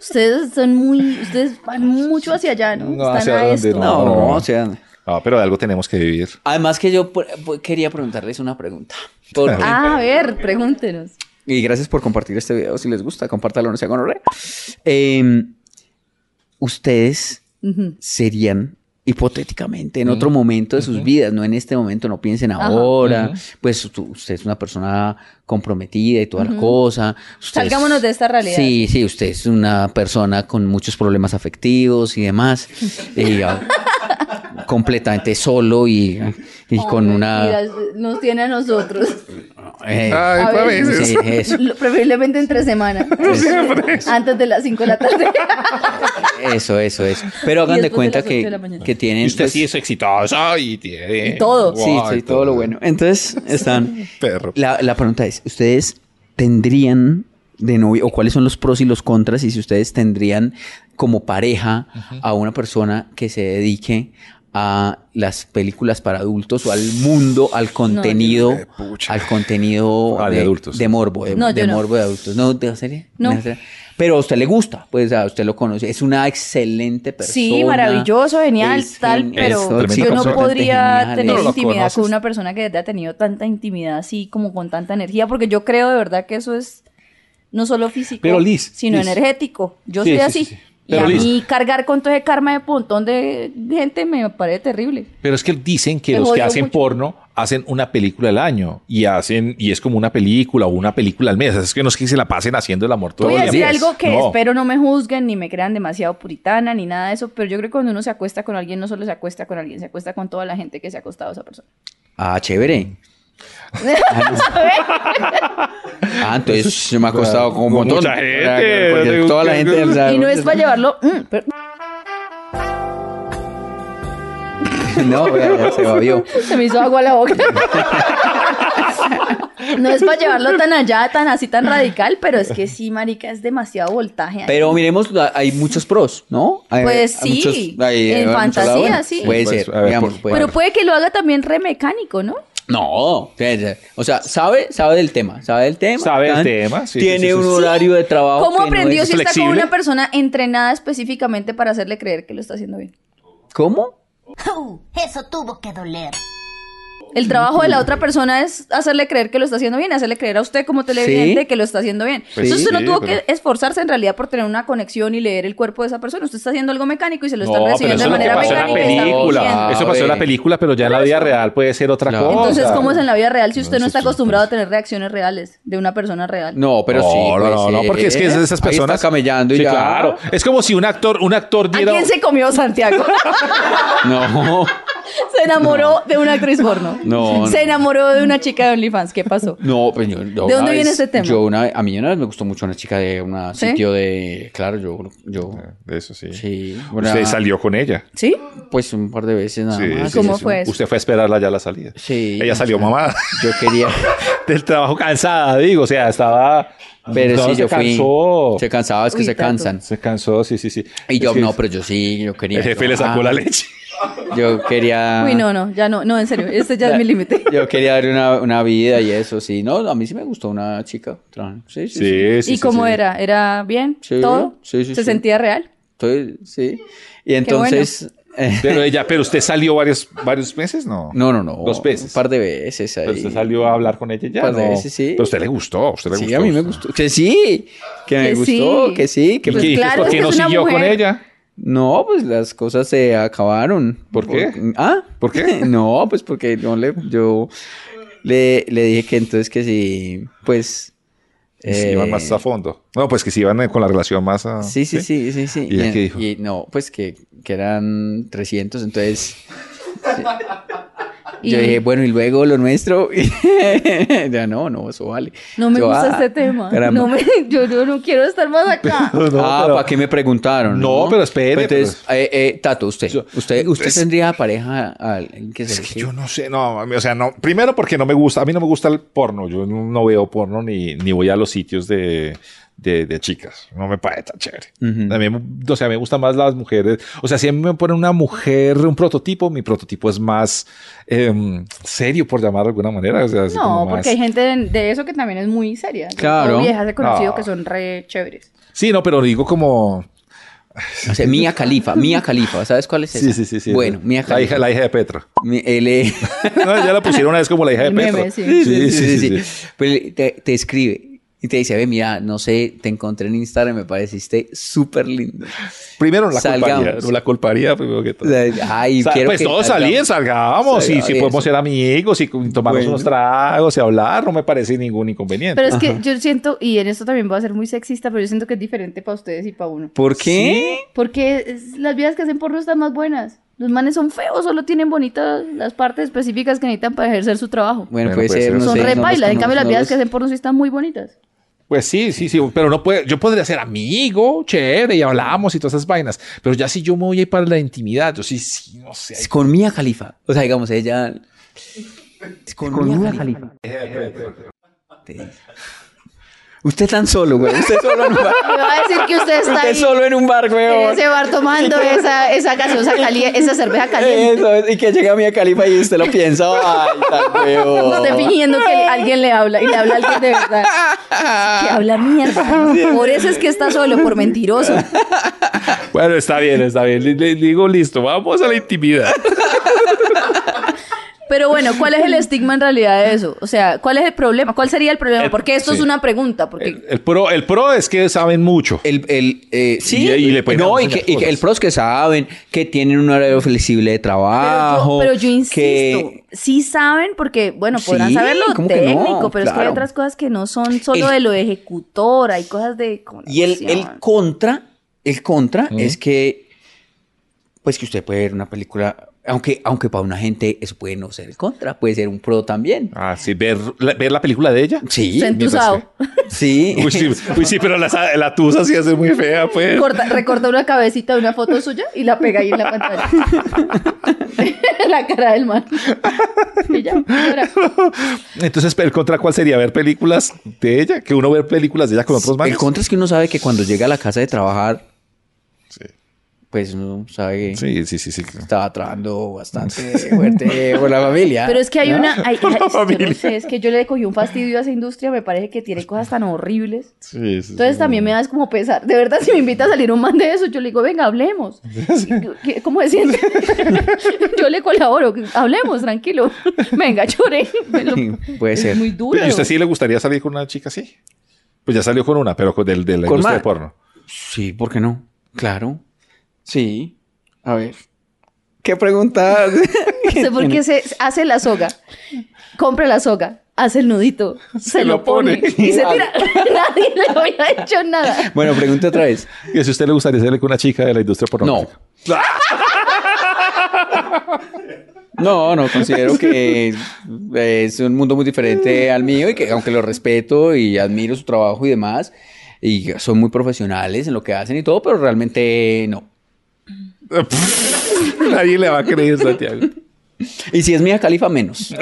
[SPEAKER 2] Ustedes son muy. Ustedes van mucho hacia allá, ¿no?
[SPEAKER 1] No,
[SPEAKER 2] Están
[SPEAKER 1] hacia
[SPEAKER 2] a
[SPEAKER 1] dónde,
[SPEAKER 2] esto.
[SPEAKER 1] no.
[SPEAKER 3] No, o sea.
[SPEAKER 1] Ah, pero de algo tenemos que vivir.
[SPEAKER 3] Además que yo por- por- quería preguntarles una pregunta. Por-
[SPEAKER 2] Ah, a ver, pregúntenos.
[SPEAKER 3] Y gracias por compartir este video. Si les gusta, compártalo, no se hagan horror. Eh, Ustedes
[SPEAKER 2] Ujú.
[SPEAKER 3] serían hipotéticamente en otro momento de sus vidas, no en este momento, no piensen
[SPEAKER 2] Ajá.
[SPEAKER 3] ahora, pues tú- usted es una persona comprometida y toda la cosa. usted es-
[SPEAKER 2] Salgámonos de esta realidad.
[SPEAKER 3] Sí, sí, usted es una persona con muchos problemas afectivos y demás,
[SPEAKER 2] *laughs*
[SPEAKER 3] y, ah, completamente solo y, y con
[SPEAKER 2] Ay,
[SPEAKER 3] una...
[SPEAKER 2] mentiras, Nos tiene a nosotros.
[SPEAKER 1] *laughs* Ay,
[SPEAKER 3] eh,
[SPEAKER 2] a
[SPEAKER 1] fue a
[SPEAKER 2] ver.
[SPEAKER 1] veces.
[SPEAKER 3] sí, eso.
[SPEAKER 2] Lo- Preferiblemente entre
[SPEAKER 1] *laughs*
[SPEAKER 2] semana. Antes de las 5 de la tarde.
[SPEAKER 3] Eso, eso, eso. Pero hagan
[SPEAKER 2] Y
[SPEAKER 3] de
[SPEAKER 2] después de
[SPEAKER 3] cuenta
[SPEAKER 2] las ocho
[SPEAKER 3] que,
[SPEAKER 2] de la mañana.
[SPEAKER 3] que tienen.
[SPEAKER 1] Y usted
[SPEAKER 3] pues,
[SPEAKER 1] sí es exitoso y tiene...
[SPEAKER 2] Y todo.
[SPEAKER 3] sí,
[SPEAKER 1] Guau,
[SPEAKER 3] sí, todo lo bueno. Entonces,
[SPEAKER 2] *laughs*
[SPEAKER 3] están.
[SPEAKER 1] Perro.
[SPEAKER 3] La, la pregunta es: ¿Ustedes tendrían de novio, o cuáles son los pros y los contras, y si ustedes tendrían como pareja a una persona que se dedique a las películas para adultos o al mundo, al contenido,
[SPEAKER 1] Eh, Pucha.
[SPEAKER 3] al contenido
[SPEAKER 1] Ah, de adultos.
[SPEAKER 3] de morbo, de,
[SPEAKER 2] No,
[SPEAKER 3] de
[SPEAKER 2] yo no.
[SPEAKER 3] morbo de adultos, no, de serie,
[SPEAKER 2] No.
[SPEAKER 3] ¿De serie? pero a usted le gusta, pues a usted lo conoce, es una excelente persona,
[SPEAKER 2] Sí, maravilloso, genial,
[SPEAKER 3] es
[SPEAKER 2] tal,
[SPEAKER 3] gen-
[SPEAKER 1] es
[SPEAKER 2] pero
[SPEAKER 1] tremendo
[SPEAKER 2] yo no
[SPEAKER 1] consorte,
[SPEAKER 2] podría
[SPEAKER 3] genial,
[SPEAKER 2] tener
[SPEAKER 1] No lo
[SPEAKER 2] intimidad
[SPEAKER 1] conoces.
[SPEAKER 2] con una persona que ha tenido tanta intimidad así, como con tanta energía, porque yo creo de verdad que eso es no solo físico,
[SPEAKER 1] Pero, Liz,
[SPEAKER 2] sino
[SPEAKER 1] Liz.
[SPEAKER 2] energético. Yo
[SPEAKER 1] Sí,
[SPEAKER 2] soy
[SPEAKER 1] sí,
[SPEAKER 2] así.
[SPEAKER 1] sí, sí.
[SPEAKER 2] Y
[SPEAKER 1] Pero,
[SPEAKER 2] a
[SPEAKER 1] Liz.
[SPEAKER 2] mí cargar con todo ese karma de un montón de gente me parece terrible.
[SPEAKER 1] Pero es que dicen que
[SPEAKER 2] Me
[SPEAKER 1] los que
[SPEAKER 2] jodió
[SPEAKER 1] hacen
[SPEAKER 2] mucho.
[SPEAKER 1] porno hacen una película al año y hacen y es como una película o una película al mes. Es que no es que se la pasen haciendo el amor todo
[SPEAKER 2] Voy
[SPEAKER 1] el
[SPEAKER 2] a
[SPEAKER 1] día.
[SPEAKER 2] decir algo que
[SPEAKER 1] No.
[SPEAKER 2] espero no me juzguen ni me crean demasiado puritana ni nada de eso, pero yo creo que cuando uno se acuesta con alguien, no solo se acuesta con alguien, se acuesta con toda la gente que se ha acostado a esa persona.
[SPEAKER 1] *laughs*
[SPEAKER 3] Ah, chévere. Ah, entonces
[SPEAKER 1] Pues,
[SPEAKER 3] yo me ha costado como un montón.
[SPEAKER 1] Mucha gente.
[SPEAKER 3] Porque toda la gente. o sea,
[SPEAKER 2] Y no es para llevarlo. mm, pero-
[SPEAKER 3] *laughs* No, vea, ya se babió.
[SPEAKER 2] Se me hizo agua la boca. *laughs* No es para llevarlo tan allá, tan así, tan radical, pero es que sí, marica, es demasiado voltaje. ahí.
[SPEAKER 3] Pero miremos, la- hay muchos pros, ¿no? Hay-
[SPEAKER 2] Pues
[SPEAKER 3] hay
[SPEAKER 2] sí, en
[SPEAKER 3] mucho
[SPEAKER 2] fantasía,
[SPEAKER 3] lado bueno.
[SPEAKER 2] sí.
[SPEAKER 3] Puede
[SPEAKER 1] Pues,
[SPEAKER 3] ser,
[SPEAKER 1] a ver,
[SPEAKER 3] digamos,
[SPEAKER 1] por-
[SPEAKER 3] puede
[SPEAKER 2] pero
[SPEAKER 3] ser.
[SPEAKER 2] puede que lo haga también re mecánico, ¿no?
[SPEAKER 3] No, o sea, sabe, sabe del tema, sabe del tema.
[SPEAKER 1] Sabe del tema, sí,
[SPEAKER 3] Tiene
[SPEAKER 1] sí, sí,
[SPEAKER 3] un
[SPEAKER 1] sí.
[SPEAKER 3] horario de trabajo.
[SPEAKER 2] ¿Cómo
[SPEAKER 3] que no
[SPEAKER 2] aprendió
[SPEAKER 3] es-
[SPEAKER 2] si está con
[SPEAKER 1] flexible?
[SPEAKER 2] una persona entrenada específicamente para hacerle creer que lo está haciendo bien?
[SPEAKER 3] ¿Cómo?
[SPEAKER 6] *laughs* Uh, eso tuvo que doler.
[SPEAKER 2] El trabajo de la otra persona es hacerle creer que lo está haciendo bien, hacerle creer a usted como televidente
[SPEAKER 3] Sí.
[SPEAKER 2] que lo está haciendo bien.
[SPEAKER 1] Pues
[SPEAKER 2] Entonces
[SPEAKER 1] sí,
[SPEAKER 2] usted no
[SPEAKER 1] sí,
[SPEAKER 2] tuvo
[SPEAKER 1] pero-
[SPEAKER 2] que esforzarse en realidad por tener una conexión y leer el cuerpo de esa persona. Usted está haciendo algo mecánico y se lo
[SPEAKER 1] No,
[SPEAKER 2] están
[SPEAKER 1] pero
[SPEAKER 2] recibiendo
[SPEAKER 1] eso
[SPEAKER 2] de
[SPEAKER 1] es lo que
[SPEAKER 2] manera
[SPEAKER 1] pasó en
[SPEAKER 2] mecánica.
[SPEAKER 1] la
[SPEAKER 2] y están fingiendo.
[SPEAKER 1] película. Eso pasó en la
[SPEAKER 3] Sabe.
[SPEAKER 1] película, pero ya en la vida real puede ser otra
[SPEAKER 3] Claro.
[SPEAKER 1] cosa.
[SPEAKER 2] Entonces, ¿cómo es en la vida real si usted no,
[SPEAKER 1] No,
[SPEAKER 2] está
[SPEAKER 1] sí, sí,
[SPEAKER 2] acostumbrado a tener reacciones reales de una persona real?
[SPEAKER 3] No, pero sí.
[SPEAKER 1] No,
[SPEAKER 3] puede
[SPEAKER 1] no, no, no,
[SPEAKER 3] ser.
[SPEAKER 1] porque es que es de esas
[SPEAKER 3] Ahí
[SPEAKER 1] personas.
[SPEAKER 3] está camellando y
[SPEAKER 1] Sí,
[SPEAKER 3] ya.
[SPEAKER 1] claro. Es como si un actor, un actor
[SPEAKER 2] ¿A
[SPEAKER 1] diera.
[SPEAKER 2] quién se comió
[SPEAKER 3] *laughs*
[SPEAKER 2] Santiago?
[SPEAKER 3] No.
[SPEAKER 2] se enamoró de una actriz porno.
[SPEAKER 3] No,
[SPEAKER 2] Se
[SPEAKER 3] no.
[SPEAKER 2] enamoró de una chica de OnlyFans. ¿Qué pasó?
[SPEAKER 3] No, pues yo, yo
[SPEAKER 2] ¿De
[SPEAKER 3] una
[SPEAKER 2] dónde viene
[SPEAKER 3] vez-
[SPEAKER 2] ese tema?
[SPEAKER 3] Yo una, a mí una vez me gustó mucho una chica de un
[SPEAKER 2] ¿Sí?
[SPEAKER 3] sitio de... Claro, yo... yo
[SPEAKER 1] Eh, De eso Ah, sí.
[SPEAKER 3] sí.
[SPEAKER 1] Usted
[SPEAKER 3] una-
[SPEAKER 1] salió con ella.
[SPEAKER 2] ¿Sí?
[SPEAKER 3] Pues un par de veces nada
[SPEAKER 1] Sí,
[SPEAKER 3] más.
[SPEAKER 1] sí,
[SPEAKER 2] ¿Cómo
[SPEAKER 1] sí, sí.
[SPEAKER 2] fue eso?
[SPEAKER 1] Usted fue a esperarla ya a la salida.
[SPEAKER 3] Sí.
[SPEAKER 1] Ella salió mamada *laughs*
[SPEAKER 3] Yo quería...
[SPEAKER 1] del trabajo cansada, digo. O sea, estaba.
[SPEAKER 3] Pero
[SPEAKER 1] no,
[SPEAKER 3] sí,
[SPEAKER 1] se
[SPEAKER 3] yo fui...
[SPEAKER 1] cansó.
[SPEAKER 3] Se cansaba, es que
[SPEAKER 2] Uy,
[SPEAKER 3] se
[SPEAKER 2] tanto.
[SPEAKER 3] cansan.
[SPEAKER 1] Se cansó, sí, sí, sí.
[SPEAKER 3] Y
[SPEAKER 1] Es
[SPEAKER 3] yo,
[SPEAKER 1] que
[SPEAKER 3] no, pero yo sí, yo
[SPEAKER 1] *laughs*
[SPEAKER 3] quería... Ah,
[SPEAKER 1] El jefe le sacó la
[SPEAKER 2] *laughs*
[SPEAKER 1] leche.
[SPEAKER 3] Yo quería...
[SPEAKER 2] Uy, no, no, ya no, no, en serio, este ya es mi límite.
[SPEAKER 3] Yo quería darle una, una vida y eso, sí. No, a mí sí me gustó una chica trans. Sí, sí. sí.
[SPEAKER 1] Sí, sí.
[SPEAKER 2] ¿Y
[SPEAKER 1] sí,
[SPEAKER 2] cómo
[SPEAKER 1] sí.
[SPEAKER 2] era? ¿Era bien?
[SPEAKER 3] Sí,
[SPEAKER 2] ¿Todo?
[SPEAKER 3] sí, sí,
[SPEAKER 2] ¿Se
[SPEAKER 3] sí.
[SPEAKER 2] sentía real?
[SPEAKER 3] Estoy- sí. Y
[SPEAKER 2] bueno.
[SPEAKER 3] entonces... eh,
[SPEAKER 1] Pero ella, pero usted salió varios, varios meses, ¿no?
[SPEAKER 3] No, no, no.
[SPEAKER 1] Dos veces.
[SPEAKER 3] Un par de veces ahí.
[SPEAKER 1] Pero usted salió a hablar con ella ya.
[SPEAKER 3] Pues de
[SPEAKER 1] ¿no?
[SPEAKER 3] veces sí.
[SPEAKER 1] Pero a usted le gustó. a Usted le
[SPEAKER 3] sí,
[SPEAKER 1] gustó.
[SPEAKER 3] a mí me gustó. Que sí, que me
[SPEAKER 2] Que
[SPEAKER 3] gustó,
[SPEAKER 2] sí.
[SPEAKER 3] que sí, que
[SPEAKER 1] ¿Y
[SPEAKER 2] Pues
[SPEAKER 1] qué dices?
[SPEAKER 2] claro,
[SPEAKER 1] ¿Por
[SPEAKER 2] es
[SPEAKER 1] qué
[SPEAKER 2] que
[SPEAKER 1] no
[SPEAKER 2] es una
[SPEAKER 1] siguió con
[SPEAKER 2] mujer.
[SPEAKER 1] ella?
[SPEAKER 3] No, pues las cosas se acabaron.
[SPEAKER 1] ¿Por qué?
[SPEAKER 3] ¿Ah?
[SPEAKER 1] ¿Por qué?
[SPEAKER 3] *laughs* no, pues porque no le, yo le, le dije que entonces que sí, pues...
[SPEAKER 1] Y si
[SPEAKER 3] eh,
[SPEAKER 1] iban más a fondo. No, pues que si iban eh, con la relación más a.
[SPEAKER 3] Sí, sí, sí, sí, sí.
[SPEAKER 1] ¿Y ella qué dijo?
[SPEAKER 3] no, pues que, que eran 300, entonces...
[SPEAKER 2] Y-
[SPEAKER 3] Yo dije, bueno, y luego lo nuestro. *laughs* Y ya no, no, eso vale.
[SPEAKER 2] No me
[SPEAKER 3] Yo,
[SPEAKER 2] gusta
[SPEAKER 3] ah,
[SPEAKER 2] este tema.
[SPEAKER 3] caramba.
[SPEAKER 2] No me, *laughs* yo, yo no quiero estar más
[SPEAKER 3] *laughs*
[SPEAKER 2] acá.
[SPEAKER 1] No,
[SPEAKER 3] ah,
[SPEAKER 1] pero-
[SPEAKER 3] ¿para qué me preguntaron?
[SPEAKER 1] No, pero espere,
[SPEAKER 3] Entonces, eh, eh, Tato, usted,
[SPEAKER 1] Yo- eh,
[SPEAKER 3] usted, usted
[SPEAKER 1] es-
[SPEAKER 3] tendría pareja al alguien que se
[SPEAKER 1] Es que
[SPEAKER 3] le-
[SPEAKER 1] yo no sé, no, a mí, o sea, no, primero porque no me gusta, a mí no me gusta el porno, yo no, no veo porno ni, ni voy a los sitios de, de, de chicas, no me parece tan chévere.
[SPEAKER 3] Ujú.
[SPEAKER 1] A mí me- o sea, me gustan más las mujeres, o sea, si a mí me ponen una mujer, un prototipo, mi prototipo es más em, serio, por llamarlo de alguna manera. o sea, es
[SPEAKER 2] No,
[SPEAKER 1] como más-
[SPEAKER 2] porque hay gente de, de eso que también es muy seria. Yo
[SPEAKER 3] Claro.
[SPEAKER 2] tengo viejas he conocido
[SPEAKER 1] No.
[SPEAKER 2] que son re chéveres.
[SPEAKER 1] Sí, no, pero digo como...
[SPEAKER 3] O sea, Mía Califa, Mía Califa, ¿sabes cuál es esa?
[SPEAKER 1] Sí, sí, sí, sí.
[SPEAKER 3] Bueno, Mía
[SPEAKER 1] la hija,
[SPEAKER 3] Califa.
[SPEAKER 1] la hija de Petra.
[SPEAKER 3] Mi-
[SPEAKER 1] *laughs*
[SPEAKER 3] él, eh,
[SPEAKER 1] No, ya la pusieron una vez como la hija de
[SPEAKER 2] El meme,
[SPEAKER 1] Petra.
[SPEAKER 2] sí.
[SPEAKER 3] sí, sí, sí, sí. Pero te, te escribe y te dice, ve, mira, no sé, te encontré en Instagram, me pareciste súper lindo.
[SPEAKER 1] Primero no la
[SPEAKER 3] Salgamos.
[SPEAKER 1] culparía, no la culparía primero que todo. *laughs*
[SPEAKER 3] Ay,
[SPEAKER 1] Sa-
[SPEAKER 3] quiero
[SPEAKER 1] pues
[SPEAKER 3] que
[SPEAKER 1] todos
[SPEAKER 3] salgamos.
[SPEAKER 1] salían, salgábamos y
[SPEAKER 3] Salga-
[SPEAKER 1] si
[SPEAKER 3] eso.
[SPEAKER 1] podemos ser amigos y tomamos
[SPEAKER 3] Bueno.
[SPEAKER 1] unos tragos y hablar, no me parece ningún inconveniente.
[SPEAKER 2] Pero es que yo siento, y en esto también voy a ser muy sexista, pero yo siento que es diferente para ustedes y para uno.
[SPEAKER 3] ¿Por qué?
[SPEAKER 2] Porque es- las viejas que hacen porno están más buenas. Los manes son feos, solo tienen bonitas las partes específicas que necesitan para ejercer su trabajo.
[SPEAKER 1] Bueno,
[SPEAKER 3] Bueno, puede
[SPEAKER 1] puede
[SPEAKER 3] ser,
[SPEAKER 1] ser.
[SPEAKER 3] no
[SPEAKER 2] son
[SPEAKER 3] sé.
[SPEAKER 2] re
[SPEAKER 3] no los
[SPEAKER 2] pailas. en
[SPEAKER 3] conozco,
[SPEAKER 2] cambio, las
[SPEAKER 3] no
[SPEAKER 2] viejas
[SPEAKER 3] los-
[SPEAKER 2] que hacen porno sí están muy bonitas.
[SPEAKER 1] Pues sí, sí, sí, pero no puede, yo podría ser amigo, chévere, y hablamos y todas esas vainas, pero ya si yo me voy a ir para la intimidad, yo sí, sí, no sé.
[SPEAKER 3] Es con Mía Califa. O sea, digamos, ella... Es con, Mía Califa.
[SPEAKER 1] Eh,
[SPEAKER 3] Te dice. Usted tan solo, güey. Usted solo en un bar.
[SPEAKER 2] Me va a decir que usted
[SPEAKER 3] *laughs*
[SPEAKER 2] está
[SPEAKER 3] Usted
[SPEAKER 2] ahí
[SPEAKER 3] solo en un bar,
[SPEAKER 2] en
[SPEAKER 3] güey.
[SPEAKER 2] ese bar tomando esa, esa gaseosa caliente, esa cerveza caliente.
[SPEAKER 3] Eso, es, y que llega Mía Califa y usted lo piensa, ay, tan huevón.
[SPEAKER 2] Usted fingiendo que alguien le habla y le habla a alguien de verdad. Que habla
[SPEAKER 3] *laughs*
[SPEAKER 2] mierda. Por eso es que está solo, por mentiroso.
[SPEAKER 1] Bueno, está bien, está bien, le, le digo listo, vamos a la intimidad.
[SPEAKER 2] Pero bueno, ¿cuál es el estigma en realidad de eso? O sea, ¿cuál es el problema? ¿Cuál sería el problema?
[SPEAKER 3] Eh,
[SPEAKER 1] El-
[SPEAKER 2] Porque esto es
[SPEAKER 1] sí.
[SPEAKER 2] una pregunta.
[SPEAKER 1] El,
[SPEAKER 2] Porque
[SPEAKER 1] el pro, el pro es que saben mucho.
[SPEAKER 3] El, el, eh, sí,
[SPEAKER 1] Y- y le pueden
[SPEAKER 3] no, y
[SPEAKER 1] enseñar
[SPEAKER 3] que, y que
[SPEAKER 1] cosas.
[SPEAKER 3] el pros que saben que tienen un horario flexible de
[SPEAKER 2] pero, yo,
[SPEAKER 3] trabajo.
[SPEAKER 2] pero yo insisto,
[SPEAKER 3] que-
[SPEAKER 2] sí saben porque, bueno, podrán
[SPEAKER 3] Sí,
[SPEAKER 2] saber lo
[SPEAKER 3] ¿cómo que no?
[SPEAKER 2] técnico, pero es que hay
[SPEAKER 3] Claro.
[SPEAKER 2] otras cosas que no son solo
[SPEAKER 3] El-
[SPEAKER 2] de lo de ejecutor, hay cosas de...
[SPEAKER 3] y el, el
[SPEAKER 2] conexión.
[SPEAKER 3] contra, el contra es que, pues que usted puede ver una película, aunque, aunque para una gente eso puede no ser el contra, puede ser un pro también.
[SPEAKER 1] Ah, sí, ver la, ver la película de ella.
[SPEAKER 2] *laughs*
[SPEAKER 3] Sí,
[SPEAKER 2] Se entusado.
[SPEAKER 3] sí.
[SPEAKER 1] Uy, *laughs* sí, uy, sí, pero la, la tusa sí hace muy fea, pues.
[SPEAKER 2] Corta- recorta una cabecita de una foto suya y la pega ahí en la
[SPEAKER 3] *laughs*
[SPEAKER 2] pantalla. *laughs* la cara del man. Y ya, ahora,
[SPEAKER 1] Entonces, ¿el contra cuál sería? ¿Ver películas de ella? ¿Que uno ver películas de ella con otros manes?
[SPEAKER 3] *laughs* El contra es que uno sabe que cuando llega a la casa de trabajar, pues uno sabe que
[SPEAKER 1] Sí, sí, sí, sí.
[SPEAKER 3] estaba
[SPEAKER 1] *laughs*
[SPEAKER 3] trabajando bastante fuerte por la familia.
[SPEAKER 2] Pero es que hay
[SPEAKER 3] ¿no?
[SPEAKER 2] una. hay- hay- *laughs* yo no
[SPEAKER 1] familia. Pues,
[SPEAKER 2] sé, es que yo le cogí un fastidio a esa industria. Me parece que tiene cosas tan horribles.
[SPEAKER 1] Sí, sí,
[SPEAKER 2] Entonces
[SPEAKER 1] sí.
[SPEAKER 2] también me das como pesar. De verdad, si me invita a salir un man de eso, yo le digo,
[SPEAKER 1] *laughs*
[SPEAKER 2] venga, hablemos. ¿Qué- ¿Cómo se siente? yo le colaboro, hablemos, tranquilo. *laughs* Venga, lloré. Me lo-
[SPEAKER 3] Sí, puede
[SPEAKER 2] es
[SPEAKER 3] ser.
[SPEAKER 2] muy duro.
[SPEAKER 1] ¿Y usted
[SPEAKER 2] *laughs*
[SPEAKER 1] sí le gustaría salir con una chica así? Pues ya salió con una, pero con del, de la
[SPEAKER 3] Con
[SPEAKER 1] industria
[SPEAKER 3] ma-
[SPEAKER 1] de porno.
[SPEAKER 3] Sí, ¿por qué no? Claro. Sí. A ver. ¿Qué preguntas?
[SPEAKER 2] *laughs* No sé por qué se hace la soga. Compra la soga. Hace el nudito. Se,
[SPEAKER 1] lo
[SPEAKER 2] lo, pone.
[SPEAKER 1] pone. *laughs*
[SPEAKER 2] Y se tira. *laughs* Nadie le había hecho nada.
[SPEAKER 3] *laughs* bueno, pregunta otra vez.
[SPEAKER 1] ¿Y si usted le gustaría salir con una chica de la industria porno?
[SPEAKER 3] No. No, no, considero que es un mundo muy
[SPEAKER 2] Mm.
[SPEAKER 3] diferente al mío y que aunque lo respeto y admiro su trabajo y demás, y son muy profesionales en lo que hacen y todo, pero realmente no.
[SPEAKER 1] *laughs* Nadie le va a creer, Santiago.
[SPEAKER 3] Y si es mía califa, menos.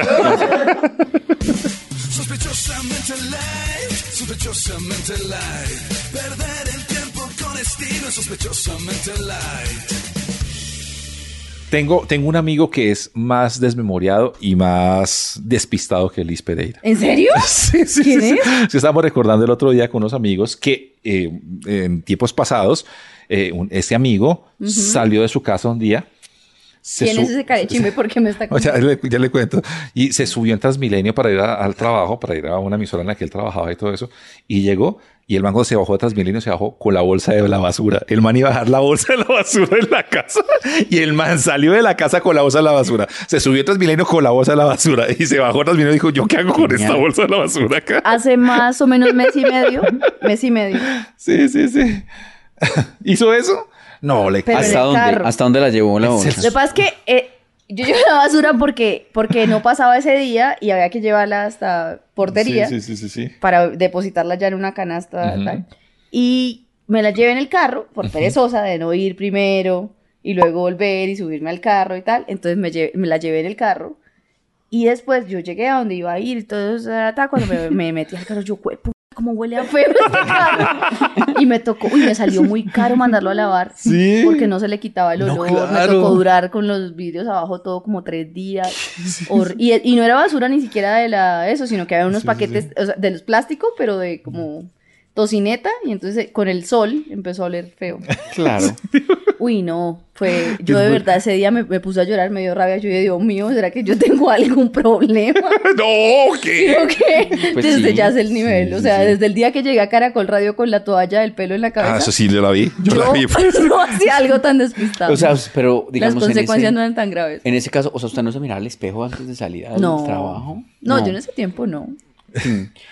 [SPEAKER 7] Sospechosamente live, sospechosamente live. Perder el tiempo con estilo, sospechosamente live.
[SPEAKER 1] Tengo, tengo un amigo que es más desmemoriado y más despistado que Liz Pereira.
[SPEAKER 2] ¿En serio?
[SPEAKER 1] *laughs* Sí, sí,
[SPEAKER 2] ¿Quién
[SPEAKER 1] sí, sí. Sí, estábamos recordando el otro día con unos amigos que eh, en tiempos pasados, eh, un- este amigo salió de su casa un día. se
[SPEAKER 2] ¿Quién es
[SPEAKER 1] su-
[SPEAKER 2] ese carechimbe? ¿Por qué me está
[SPEAKER 1] O sea,
[SPEAKER 2] contando?
[SPEAKER 1] le- ya le cuento. Y se subió en Transmilenio para ir a- al trabajo, para ir a una emisora en la que él trabajaba y todo eso. Y llegó y el mango se bajó de Transmilenio, se bajó con la bolsa de la basura. El man iba a dejar la bolsa de la basura en la casa *laughs* y el man salió de la casa con la bolsa de la basura. Se subió a Transmilenio con la bolsa de la basura y se bajó a Transmilenio y dijo, ¿yo qué hago con esta
[SPEAKER 3] Genial.
[SPEAKER 1] bolsa de la basura acá?
[SPEAKER 2] Hace más o menos mes y medio. Mes y medio.
[SPEAKER 1] Sí, sí, sí. *laughs* ¿Hizo eso? No, le
[SPEAKER 2] Pero
[SPEAKER 1] hasta-
[SPEAKER 2] en
[SPEAKER 3] ¿Hasta
[SPEAKER 2] el
[SPEAKER 3] dónde?
[SPEAKER 2] carro.
[SPEAKER 3] ¿Hasta dónde la llevó la
[SPEAKER 1] Es el
[SPEAKER 3] bolsa?
[SPEAKER 2] Lo que pasa es que eh, Yo llevé la basura porque, porque no pasaba ese día y había que llevarla hasta portería
[SPEAKER 1] Sí, sí, sí, sí.
[SPEAKER 2] *laughs*
[SPEAKER 1] sí.
[SPEAKER 2] para depositarla ya en una canasta.
[SPEAKER 1] Ujú.
[SPEAKER 2] tal. Y me la llevé en el carro por perezosa de no ir primero y luego volver y subirme al carro y tal. Entonces me, lle- me la llevé en el carro. Y después yo llegué a donde iba a ir y todo eso era tal, Cuando me, me metí al carro, yo, cuerpo, cómo huele a feo este
[SPEAKER 1] *laughs*
[SPEAKER 2] carro. Y me tocó, y me salió muy caro mandarlo a lavar.
[SPEAKER 1] Sí.
[SPEAKER 2] Porque no se le quitaba el
[SPEAKER 1] No,
[SPEAKER 2] olor. Me
[SPEAKER 1] claro.
[SPEAKER 2] tocó durar con los vidrios abajo todo como tres días.
[SPEAKER 1] *laughs*
[SPEAKER 2] Hor- y, y no era basura ni siquiera de la eso, sino que había
[SPEAKER 1] Sí,
[SPEAKER 2] unos
[SPEAKER 1] Mm. sí,
[SPEAKER 2] paquetes, o sea, de los plásticos, pero de como tocineta. Y entonces eh, con el sol empezó a oler
[SPEAKER 1] *laughs*
[SPEAKER 2] feo.
[SPEAKER 3] Claro.
[SPEAKER 2] Uy, no, fue, yo de verdad ese día me, me puse a llorar, me dio rabia, yo dije, Dios mío, ¿será que yo tengo algún problema? *laughs*
[SPEAKER 1] ¡No! ¿Qué?
[SPEAKER 2] Creo que
[SPEAKER 3] Pues
[SPEAKER 2] desde
[SPEAKER 3] sí,
[SPEAKER 2] ya es el nivel,
[SPEAKER 1] sí,
[SPEAKER 2] o
[SPEAKER 1] sí,
[SPEAKER 2] sea,
[SPEAKER 1] sí.
[SPEAKER 2] desde el día que llegué a Caracol Radio con la toalla del pelo en la cabeza,
[SPEAKER 1] Ah, eso sí, yo la vi. Yo, la vi. pues.
[SPEAKER 2] *laughs* no hacía algo tan despistado.
[SPEAKER 3] O sea, pero digamos.
[SPEAKER 2] Las
[SPEAKER 3] en
[SPEAKER 2] consecuencias
[SPEAKER 3] ese-
[SPEAKER 2] no eran tan graves.
[SPEAKER 3] En ese caso, o sea, usted no se miraba al espejo antes de salir al
[SPEAKER 2] No.
[SPEAKER 3] trabajo. Mm.
[SPEAKER 2] No, yo en ese tiempo no.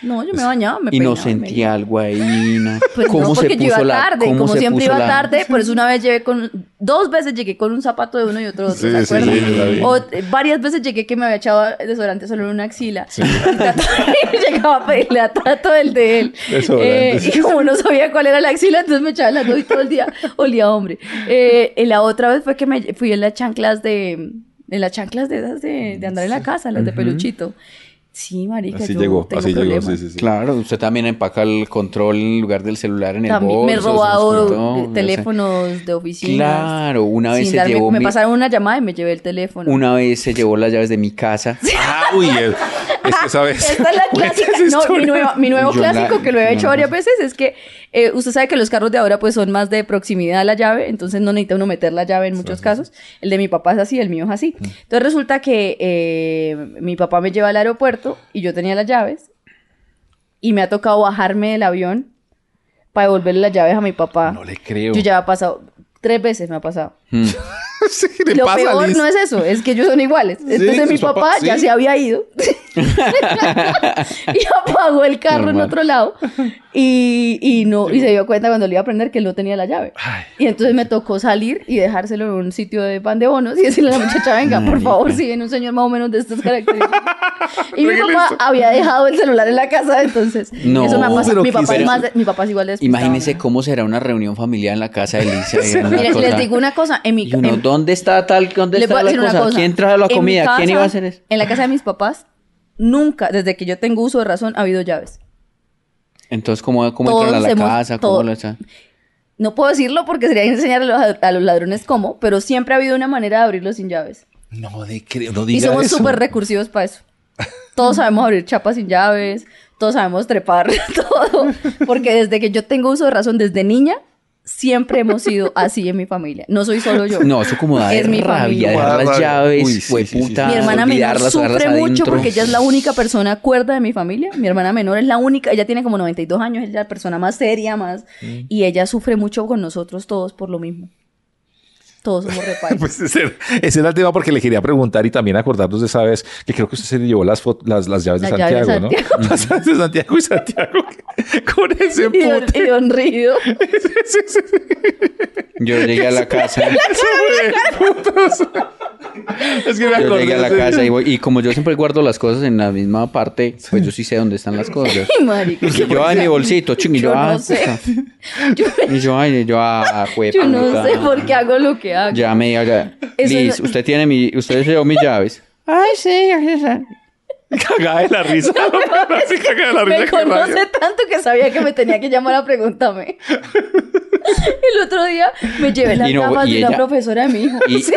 [SPEAKER 2] No, yo me bañaba, me
[SPEAKER 3] Y
[SPEAKER 2] peinaba,
[SPEAKER 3] no
[SPEAKER 2] me-
[SPEAKER 3] sentía algo ahí. na-
[SPEAKER 2] Pues
[SPEAKER 3] ¿Cómo
[SPEAKER 2] no,
[SPEAKER 3] se
[SPEAKER 2] porque yo
[SPEAKER 3] puso
[SPEAKER 2] iba
[SPEAKER 3] la-
[SPEAKER 2] tarde,
[SPEAKER 3] cómo
[SPEAKER 2] como
[SPEAKER 3] se
[SPEAKER 2] siempre
[SPEAKER 3] puso
[SPEAKER 2] iba
[SPEAKER 3] la-
[SPEAKER 2] tarde, por eso una vez llegué con, dos veces llegué con un zapato de uno y otro de otro,
[SPEAKER 1] Sí,
[SPEAKER 2] ¿se
[SPEAKER 1] sí,
[SPEAKER 2] acuerdan?
[SPEAKER 1] sí, la vi.
[SPEAKER 2] O eh, varias veces llegué que me había echado desodorante solo en una axila. Y Tato- *laughs* y llegaba a pedirle a Tato el de él.
[SPEAKER 1] Desodorante,
[SPEAKER 2] Eh,
[SPEAKER 1] sí.
[SPEAKER 2] y como no sabía cuál era la axila, entonces me echaba las dos y todo el día olía a hombre. Eh, y la otra vez fue que me fui en las chanclas de, en las chanclas de esas de, de andar en la casa, las de peluchito. Sí, marica,
[SPEAKER 1] Así
[SPEAKER 2] yo
[SPEAKER 1] llegó,
[SPEAKER 2] tengo
[SPEAKER 1] así llegó.
[SPEAKER 2] problemas.
[SPEAKER 1] Sí, sí, sí.
[SPEAKER 3] Claro, usted también empaca el control en lugar del celular en el
[SPEAKER 2] También
[SPEAKER 3] bolso.
[SPEAKER 2] me he
[SPEAKER 3] se
[SPEAKER 2] robado
[SPEAKER 3] escondió,
[SPEAKER 2] eh,
[SPEAKER 3] no sé.
[SPEAKER 2] teléfonos de oficina.
[SPEAKER 3] Claro, una vez se llevó
[SPEAKER 2] me
[SPEAKER 3] mi-
[SPEAKER 2] pasaron una llamada y me llevé el teléfono. *laughs*
[SPEAKER 3] Una vez se llevó las llaves de mi casa.
[SPEAKER 1] Ah, uy, el- es que sabes. *laughs*
[SPEAKER 2] Esta es la clásica.
[SPEAKER 1] Esa
[SPEAKER 2] No, mi
[SPEAKER 1] historia.
[SPEAKER 2] nueva- mi nuevo
[SPEAKER 3] Yo la-
[SPEAKER 2] clásico que lo he
[SPEAKER 3] yo
[SPEAKER 2] hecho
[SPEAKER 3] la-
[SPEAKER 2] varias veces es que eh, usted sabe que los carros de ahora pues son más de proximidad a la llave, entonces no necesita uno meter la llave en muchos casos. El de mi papá es así, el mío es así. Entonces resulta que eh, mi papá me lleva al aeropuerto y yo tenía las llaves y me ha tocado bajarme del avión para devolverle las llaves a mi papá.
[SPEAKER 1] No le creo.
[SPEAKER 2] Yo ya ha pasado, tres veces me ha pasado.
[SPEAKER 1] *laughs* Sí, le
[SPEAKER 2] Lo
[SPEAKER 1] pasa,
[SPEAKER 2] peor
[SPEAKER 1] Liz.
[SPEAKER 2] no es eso, es que ellos son iguales. Entonces mi
[SPEAKER 1] sus papás,
[SPEAKER 2] papá, ya
[SPEAKER 1] sí.
[SPEAKER 2] se
[SPEAKER 1] *laughs*
[SPEAKER 2] había ido *laughs* y apagó el carro
[SPEAKER 3] Normal.
[SPEAKER 2] en otro lado y, y no y se dio cuenta cuando le iba a prender que él no tenía la llave. Y entonces me tocó salir y dejárselo en un sitio de pan de bonos y decirle a la muchacha, venga, por favor, si viene un señor más o menos de estas
[SPEAKER 1] *laughs*
[SPEAKER 2] características. Y mi
[SPEAKER 1] Regálese.
[SPEAKER 2] papá había dejado el celular en la casa, entonces
[SPEAKER 3] No,
[SPEAKER 2] eso me ha pasado.
[SPEAKER 1] pero
[SPEAKER 2] Mi papá,
[SPEAKER 3] quizá-
[SPEAKER 2] es más de- mi papá es igual de despistado.
[SPEAKER 3] Imagínese cómo será una reunión familiar en la casa
[SPEAKER 2] *laughs*
[SPEAKER 3] de Alicia. y una
[SPEAKER 2] Mire,
[SPEAKER 3] cosa-
[SPEAKER 2] les digo una cosa, en mi
[SPEAKER 3] Y uno,
[SPEAKER 2] en-
[SPEAKER 3] ¿dónde está tal? ¿Dónde
[SPEAKER 2] Les voy
[SPEAKER 3] está
[SPEAKER 2] a
[SPEAKER 3] la
[SPEAKER 2] decir una
[SPEAKER 3] cosa?
[SPEAKER 2] cosa.
[SPEAKER 3] ¿Quién trae la
[SPEAKER 2] En mi
[SPEAKER 3] comida? ¿Quién
[SPEAKER 2] casa,
[SPEAKER 3] iba a hacer eso?
[SPEAKER 2] En la casa de mis papás, nunca, desde que yo tengo uso de razón, ha habido llaves.
[SPEAKER 3] Entonces, ¿cómo, cómo
[SPEAKER 2] Todos
[SPEAKER 3] entran a la
[SPEAKER 2] hemos-
[SPEAKER 3] casa?
[SPEAKER 2] todo-
[SPEAKER 3] ¿Cómo lo está?
[SPEAKER 2] No puedo decirlo porque sería enseñar a los, a los ladrones cómo, pero siempre ha habido una manera de abrirlo sin llaves.
[SPEAKER 1] No, de creo, no
[SPEAKER 2] Y
[SPEAKER 1] diga
[SPEAKER 2] somos
[SPEAKER 1] eso.
[SPEAKER 2] súper recursivos para eso. Todos sabemos abrir chapas sin llaves, todos sabemos trepar, *laughs* todo. Porque desde que yo tengo uso de razón, desde niña, siempre hemos sido así en mi familia. No soy solo yo.
[SPEAKER 3] No, eso como da de
[SPEAKER 2] Es mi
[SPEAKER 3] rabia,
[SPEAKER 2] familia.
[SPEAKER 3] dejar las
[SPEAKER 1] Rabia.
[SPEAKER 3] llaves,
[SPEAKER 1] Uy, sí, sí,
[SPEAKER 3] hueputa,
[SPEAKER 1] sí,
[SPEAKER 2] Mi
[SPEAKER 1] sí.
[SPEAKER 2] hermana menor
[SPEAKER 3] olvidarlas,
[SPEAKER 2] sufre
[SPEAKER 3] dejarlas
[SPEAKER 2] mucho
[SPEAKER 3] adentro.
[SPEAKER 2] porque ella es la única persona cuerda de mi familia. Mi hermana menor es la única, ella tiene como 92 años, es la persona más seria, más.
[SPEAKER 3] Mm.
[SPEAKER 2] Y ella sufre mucho con nosotros todos por lo mismo. Todos
[SPEAKER 3] *laughs*
[SPEAKER 2] somos
[SPEAKER 1] *laughs*
[SPEAKER 2] repairos.
[SPEAKER 1] Pues ese, era- ese era el tema porque le quería preguntar y también acordarnos de esa vez que creo que usted se llevó las, fot- las, las llaves de
[SPEAKER 2] Las llaves
[SPEAKER 1] Santiago,
[SPEAKER 2] de
[SPEAKER 1] ¿no? *laughs* Las llaves de Santiago y Santiago que- con ese
[SPEAKER 2] y, don,
[SPEAKER 1] empute.
[SPEAKER 2] y don Río. *laughs*
[SPEAKER 1] Sí, sí, sí.
[SPEAKER 3] Yo llegué a la casa.
[SPEAKER 1] Eso fue de putos. Es que me
[SPEAKER 3] Yo
[SPEAKER 1] acordé.
[SPEAKER 3] llegué a *laughs* la
[SPEAKER 1] de-
[SPEAKER 3] casa y voy. Y como yo siempre guardo las cosas en la misma parte, pues yo sí sé dónde están las cosas.
[SPEAKER 2] Ay, marica,
[SPEAKER 3] Y yo, ay, mi bolsito, ching, y yo,
[SPEAKER 2] Yo
[SPEAKER 3] ah, *laughs*
[SPEAKER 2] no sé.
[SPEAKER 3] puta.
[SPEAKER 2] Yo,
[SPEAKER 3] Y yo, ay, yo, ah,
[SPEAKER 2] *laughs* yo no
[SPEAKER 3] jueputa.
[SPEAKER 2] sé por qué hago lo que hago.
[SPEAKER 3] Ya me ya.
[SPEAKER 2] Eso
[SPEAKER 3] Liz,
[SPEAKER 2] no-
[SPEAKER 3] usted tiene mi, usted se llevó mis llaves. Ay, sí, sí, sí.
[SPEAKER 1] *laughs* Cagada de la risa. la
[SPEAKER 2] *laughs*
[SPEAKER 1] *laughs* verdad, sí, cagada de la risa.
[SPEAKER 2] Me
[SPEAKER 1] qué rabia.
[SPEAKER 2] conoce tanto que sabía que me tenía que llamar
[SPEAKER 1] *laughs*
[SPEAKER 2] a pregúntame. El otro día me llevé las
[SPEAKER 3] Y no,
[SPEAKER 2] gafas
[SPEAKER 3] y
[SPEAKER 2] de una
[SPEAKER 3] ella-
[SPEAKER 2] profesora de mi hijo. *laughs*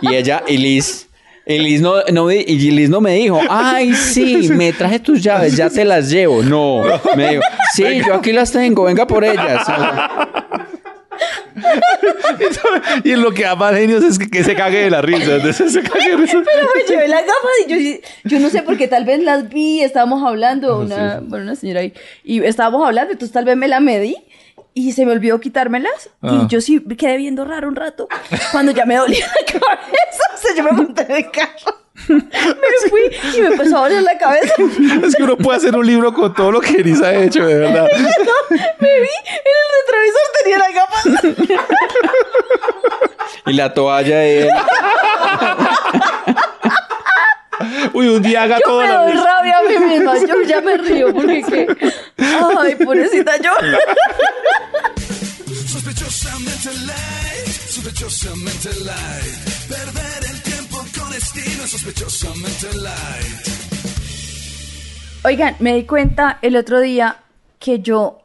[SPEAKER 3] Y, y ella, y Liz, y Liz no, no, di- y Liz no me dijo, ay, *laughs* sí, me traje tus llaves, ya te las llevo. No, me dijo, sí, yo aquí las tengo, venga por ellas.
[SPEAKER 1] Y lo que da más genios es que, que se cague de la risa. Entonces se cague de risa.
[SPEAKER 2] Pero me llevé las gafas y yo, yo no sé porque tal vez las vi, estábamos
[SPEAKER 3] Ah,
[SPEAKER 2] hablando, una, bueno, una señora ahí, y estábamos hablando, entonces tal vez me la medí y se me olvidó quitármelas
[SPEAKER 1] Ah.
[SPEAKER 2] y yo sí me quedé viendo raro un rato cuando ya me dolía la *laughs* cabeza, o sea, yo me monté de
[SPEAKER 3] *laughs*
[SPEAKER 2] carro. Me fui y me empezó a doler la cabeza.
[SPEAKER 1] Es que uno puede hacer un libro con todo lo que Eris ha hecho, de verdad.
[SPEAKER 2] Me vi en el retrovisor, tenía las gafas.
[SPEAKER 3] *laughs* Y la toalla de él.
[SPEAKER 1] Uy, un día haga
[SPEAKER 2] *laughs* Yo
[SPEAKER 1] todo
[SPEAKER 2] me
[SPEAKER 1] la
[SPEAKER 2] doy
[SPEAKER 1] vez.
[SPEAKER 2] rabia a mí misma. Yo ya me río porque qué. Ay, pobrecita yo.
[SPEAKER 7] *laughs* Sospechosamente light, sospechosamente light. Perder el tiempo con estilo, es sospechosamente light.
[SPEAKER 2] Oigan, me di cuenta el otro día que yo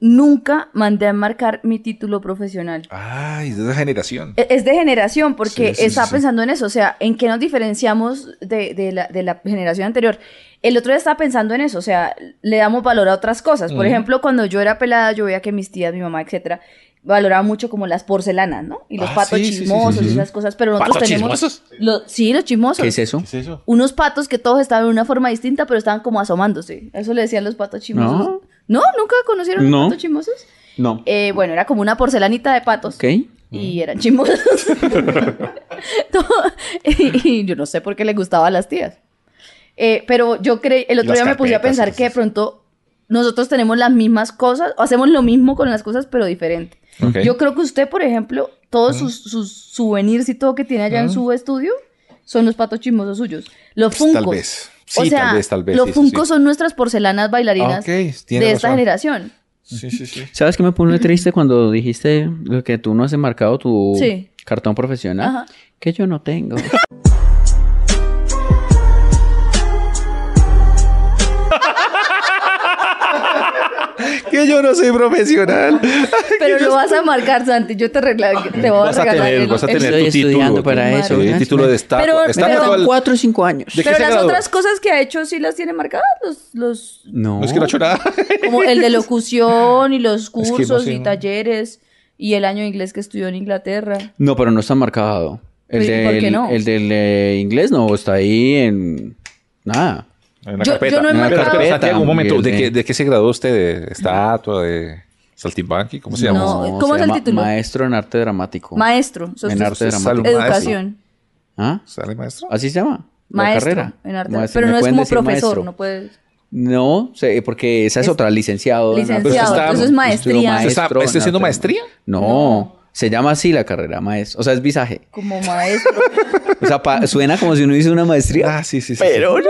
[SPEAKER 2] nunca mandé a marcar mi título profesional.
[SPEAKER 1] Ay, de esa generación.
[SPEAKER 2] E- Es de generación,
[SPEAKER 1] Sí,
[SPEAKER 2] porque
[SPEAKER 1] sí,
[SPEAKER 2] estaba
[SPEAKER 1] sí, sí.
[SPEAKER 2] pensando en eso, o sea, ¿en qué nos diferenciamos de, de la, de la generación anterior? El otro día estaba pensando en eso, o sea, le damos valor a otras cosas. Por
[SPEAKER 1] Ujú.
[SPEAKER 2] ejemplo, cuando yo era pelada, yo veía que mis tías, mi mamá, etcétera, valoraban mucho como las porcelanas, ¿no? Y los
[SPEAKER 1] Ah,
[SPEAKER 2] patos
[SPEAKER 1] sí, sí, sí,
[SPEAKER 2] chismosos
[SPEAKER 1] sí,
[SPEAKER 2] y
[SPEAKER 1] sí.
[SPEAKER 2] esas cosas, pero nosotros
[SPEAKER 1] ¿Patos
[SPEAKER 2] tenemos...
[SPEAKER 1] chismosos?
[SPEAKER 2] lo- sí, los chismosos.
[SPEAKER 3] ¿Qué es eso?
[SPEAKER 1] ¿Qué es eso?
[SPEAKER 2] Unos patos que todos estaban de una forma distinta, pero estaban como asomándose. Eso le decían los patos chismosos.
[SPEAKER 3] No.
[SPEAKER 2] ¿No? ¿Nunca conocieron
[SPEAKER 3] No.
[SPEAKER 2] los patos chismosos?
[SPEAKER 3] No.
[SPEAKER 2] Eh, bueno, era como una porcelanita de patos.
[SPEAKER 3] Ok.
[SPEAKER 2] Y eran chismosos. *laughs* Todo- y, y yo no sé por qué les gustaba a las tías. Eh, pero yo creí, el otro
[SPEAKER 1] las
[SPEAKER 2] día me puse a
[SPEAKER 1] carpetas,
[SPEAKER 2] pensar
[SPEAKER 1] esas-
[SPEAKER 2] que de pronto nosotros tenemos las mismas cosas, o hacemos lo mismo con las cosas, pero diferente.
[SPEAKER 1] Ok.
[SPEAKER 2] Yo creo que usted, por ejemplo, todos sus, sus souvenirs y todo que tiene allá en su estudio son los patos chismosos suyos. Los
[SPEAKER 1] Pues,
[SPEAKER 2] funcos.
[SPEAKER 1] tal vez. Sí, tal vez, tal vez.
[SPEAKER 2] Los
[SPEAKER 1] sí, sí,
[SPEAKER 2] funcos
[SPEAKER 1] sí.
[SPEAKER 2] son nuestras porcelanas bailarinas
[SPEAKER 1] Ah, ok, tiene
[SPEAKER 2] de esta
[SPEAKER 1] razón. *laughs*
[SPEAKER 2] generación.
[SPEAKER 1] Sí, sí, sí.
[SPEAKER 3] ¿Sabes qué me pone triste cuando dijiste lo que tú no has marcado tu
[SPEAKER 2] Sí.
[SPEAKER 3] cartón profesional?
[SPEAKER 2] Ajá.
[SPEAKER 3] Que yo no
[SPEAKER 2] *laughs*
[SPEAKER 3] tengo.
[SPEAKER 1] Que yo no soy profesional.
[SPEAKER 2] Pero lo vas a marcar, Santi. Yo te, regla- te voy a
[SPEAKER 1] Vas a
[SPEAKER 2] regalar.
[SPEAKER 1] tener,
[SPEAKER 2] el-
[SPEAKER 1] vas a
[SPEAKER 2] el-
[SPEAKER 1] tener tu
[SPEAKER 3] Estoy estudiando
[SPEAKER 1] título.
[SPEAKER 3] para
[SPEAKER 1] tu-
[SPEAKER 2] eso,
[SPEAKER 1] sí,
[SPEAKER 3] ya.
[SPEAKER 1] Título de estatua.
[SPEAKER 2] Pero-
[SPEAKER 3] Me
[SPEAKER 1] estatua
[SPEAKER 3] faltan
[SPEAKER 1] al-
[SPEAKER 3] cuatro o cinco años.
[SPEAKER 1] ¿De qué
[SPEAKER 2] Pero
[SPEAKER 1] se
[SPEAKER 2] las
[SPEAKER 1] graduó?
[SPEAKER 2] otras cosas que ha hecho sí las tiene marcadas, los,
[SPEAKER 3] *laughs*
[SPEAKER 2] los
[SPEAKER 3] No.
[SPEAKER 1] No es que no ha hecho nada.
[SPEAKER 2] como el de locución y los
[SPEAKER 1] no
[SPEAKER 2] cursos
[SPEAKER 1] sé,
[SPEAKER 2] y
[SPEAKER 1] no.
[SPEAKER 2] talleres y el año de inglés que estudió en Inglaterra.
[SPEAKER 3] No, pero no está marcado. El
[SPEAKER 2] ¿Y por
[SPEAKER 3] del,
[SPEAKER 2] qué no?
[SPEAKER 3] el del eh, inglés no está ahí en nada.
[SPEAKER 1] En la
[SPEAKER 2] Yo-
[SPEAKER 1] carpeta.
[SPEAKER 2] yo no he
[SPEAKER 1] En la
[SPEAKER 2] marcado-
[SPEAKER 1] carpeta,
[SPEAKER 3] carpeta,
[SPEAKER 1] Santiago, un momento. ¿De
[SPEAKER 3] bien,
[SPEAKER 1] qué,
[SPEAKER 3] bien.
[SPEAKER 1] ¿De qué se graduó usted? ¿De estatua? ¿De saltimbanqui? ¿Cómo se
[SPEAKER 2] No,
[SPEAKER 1] llama?
[SPEAKER 2] ¿cómo
[SPEAKER 3] se
[SPEAKER 2] es el
[SPEAKER 3] llama
[SPEAKER 2] título?
[SPEAKER 3] Maestro en arte dramático.
[SPEAKER 2] Maestro, sos
[SPEAKER 3] En
[SPEAKER 2] tus-
[SPEAKER 3] arte
[SPEAKER 2] tus-
[SPEAKER 1] dramático.
[SPEAKER 2] educación.
[SPEAKER 3] ¿Ah?
[SPEAKER 1] ¿Sale maestro?
[SPEAKER 3] ¿Así se llama?
[SPEAKER 2] Maestro
[SPEAKER 3] la carrera.
[SPEAKER 2] en arte.
[SPEAKER 3] Maestro,
[SPEAKER 2] Pero
[SPEAKER 3] ¿me
[SPEAKER 2] no es
[SPEAKER 3] pueden
[SPEAKER 2] como
[SPEAKER 3] decir
[SPEAKER 2] profesor,
[SPEAKER 3] maestro?
[SPEAKER 2] no puedes.
[SPEAKER 3] No, sé, porque esa es,
[SPEAKER 2] Es-
[SPEAKER 3] otra, licenciado. en arte
[SPEAKER 2] Licenciado,
[SPEAKER 3] dramático.
[SPEAKER 1] entonces es
[SPEAKER 3] Estudió
[SPEAKER 2] maestría.
[SPEAKER 3] maestro
[SPEAKER 1] ¿Está- está
[SPEAKER 3] en arte
[SPEAKER 1] haciendo
[SPEAKER 3] dramático.
[SPEAKER 1] maestría?
[SPEAKER 3] No,
[SPEAKER 2] No.
[SPEAKER 3] se llama así la carrera, maestro. O sea, es visaje.
[SPEAKER 2] Como
[SPEAKER 3] *laughs*
[SPEAKER 2] maestro.
[SPEAKER 3] O sea,
[SPEAKER 2] *laughs*
[SPEAKER 3] pa- suena como si uno hizo una maestría.
[SPEAKER 1] Ah, sí, sí, sí.
[SPEAKER 3] Pero no.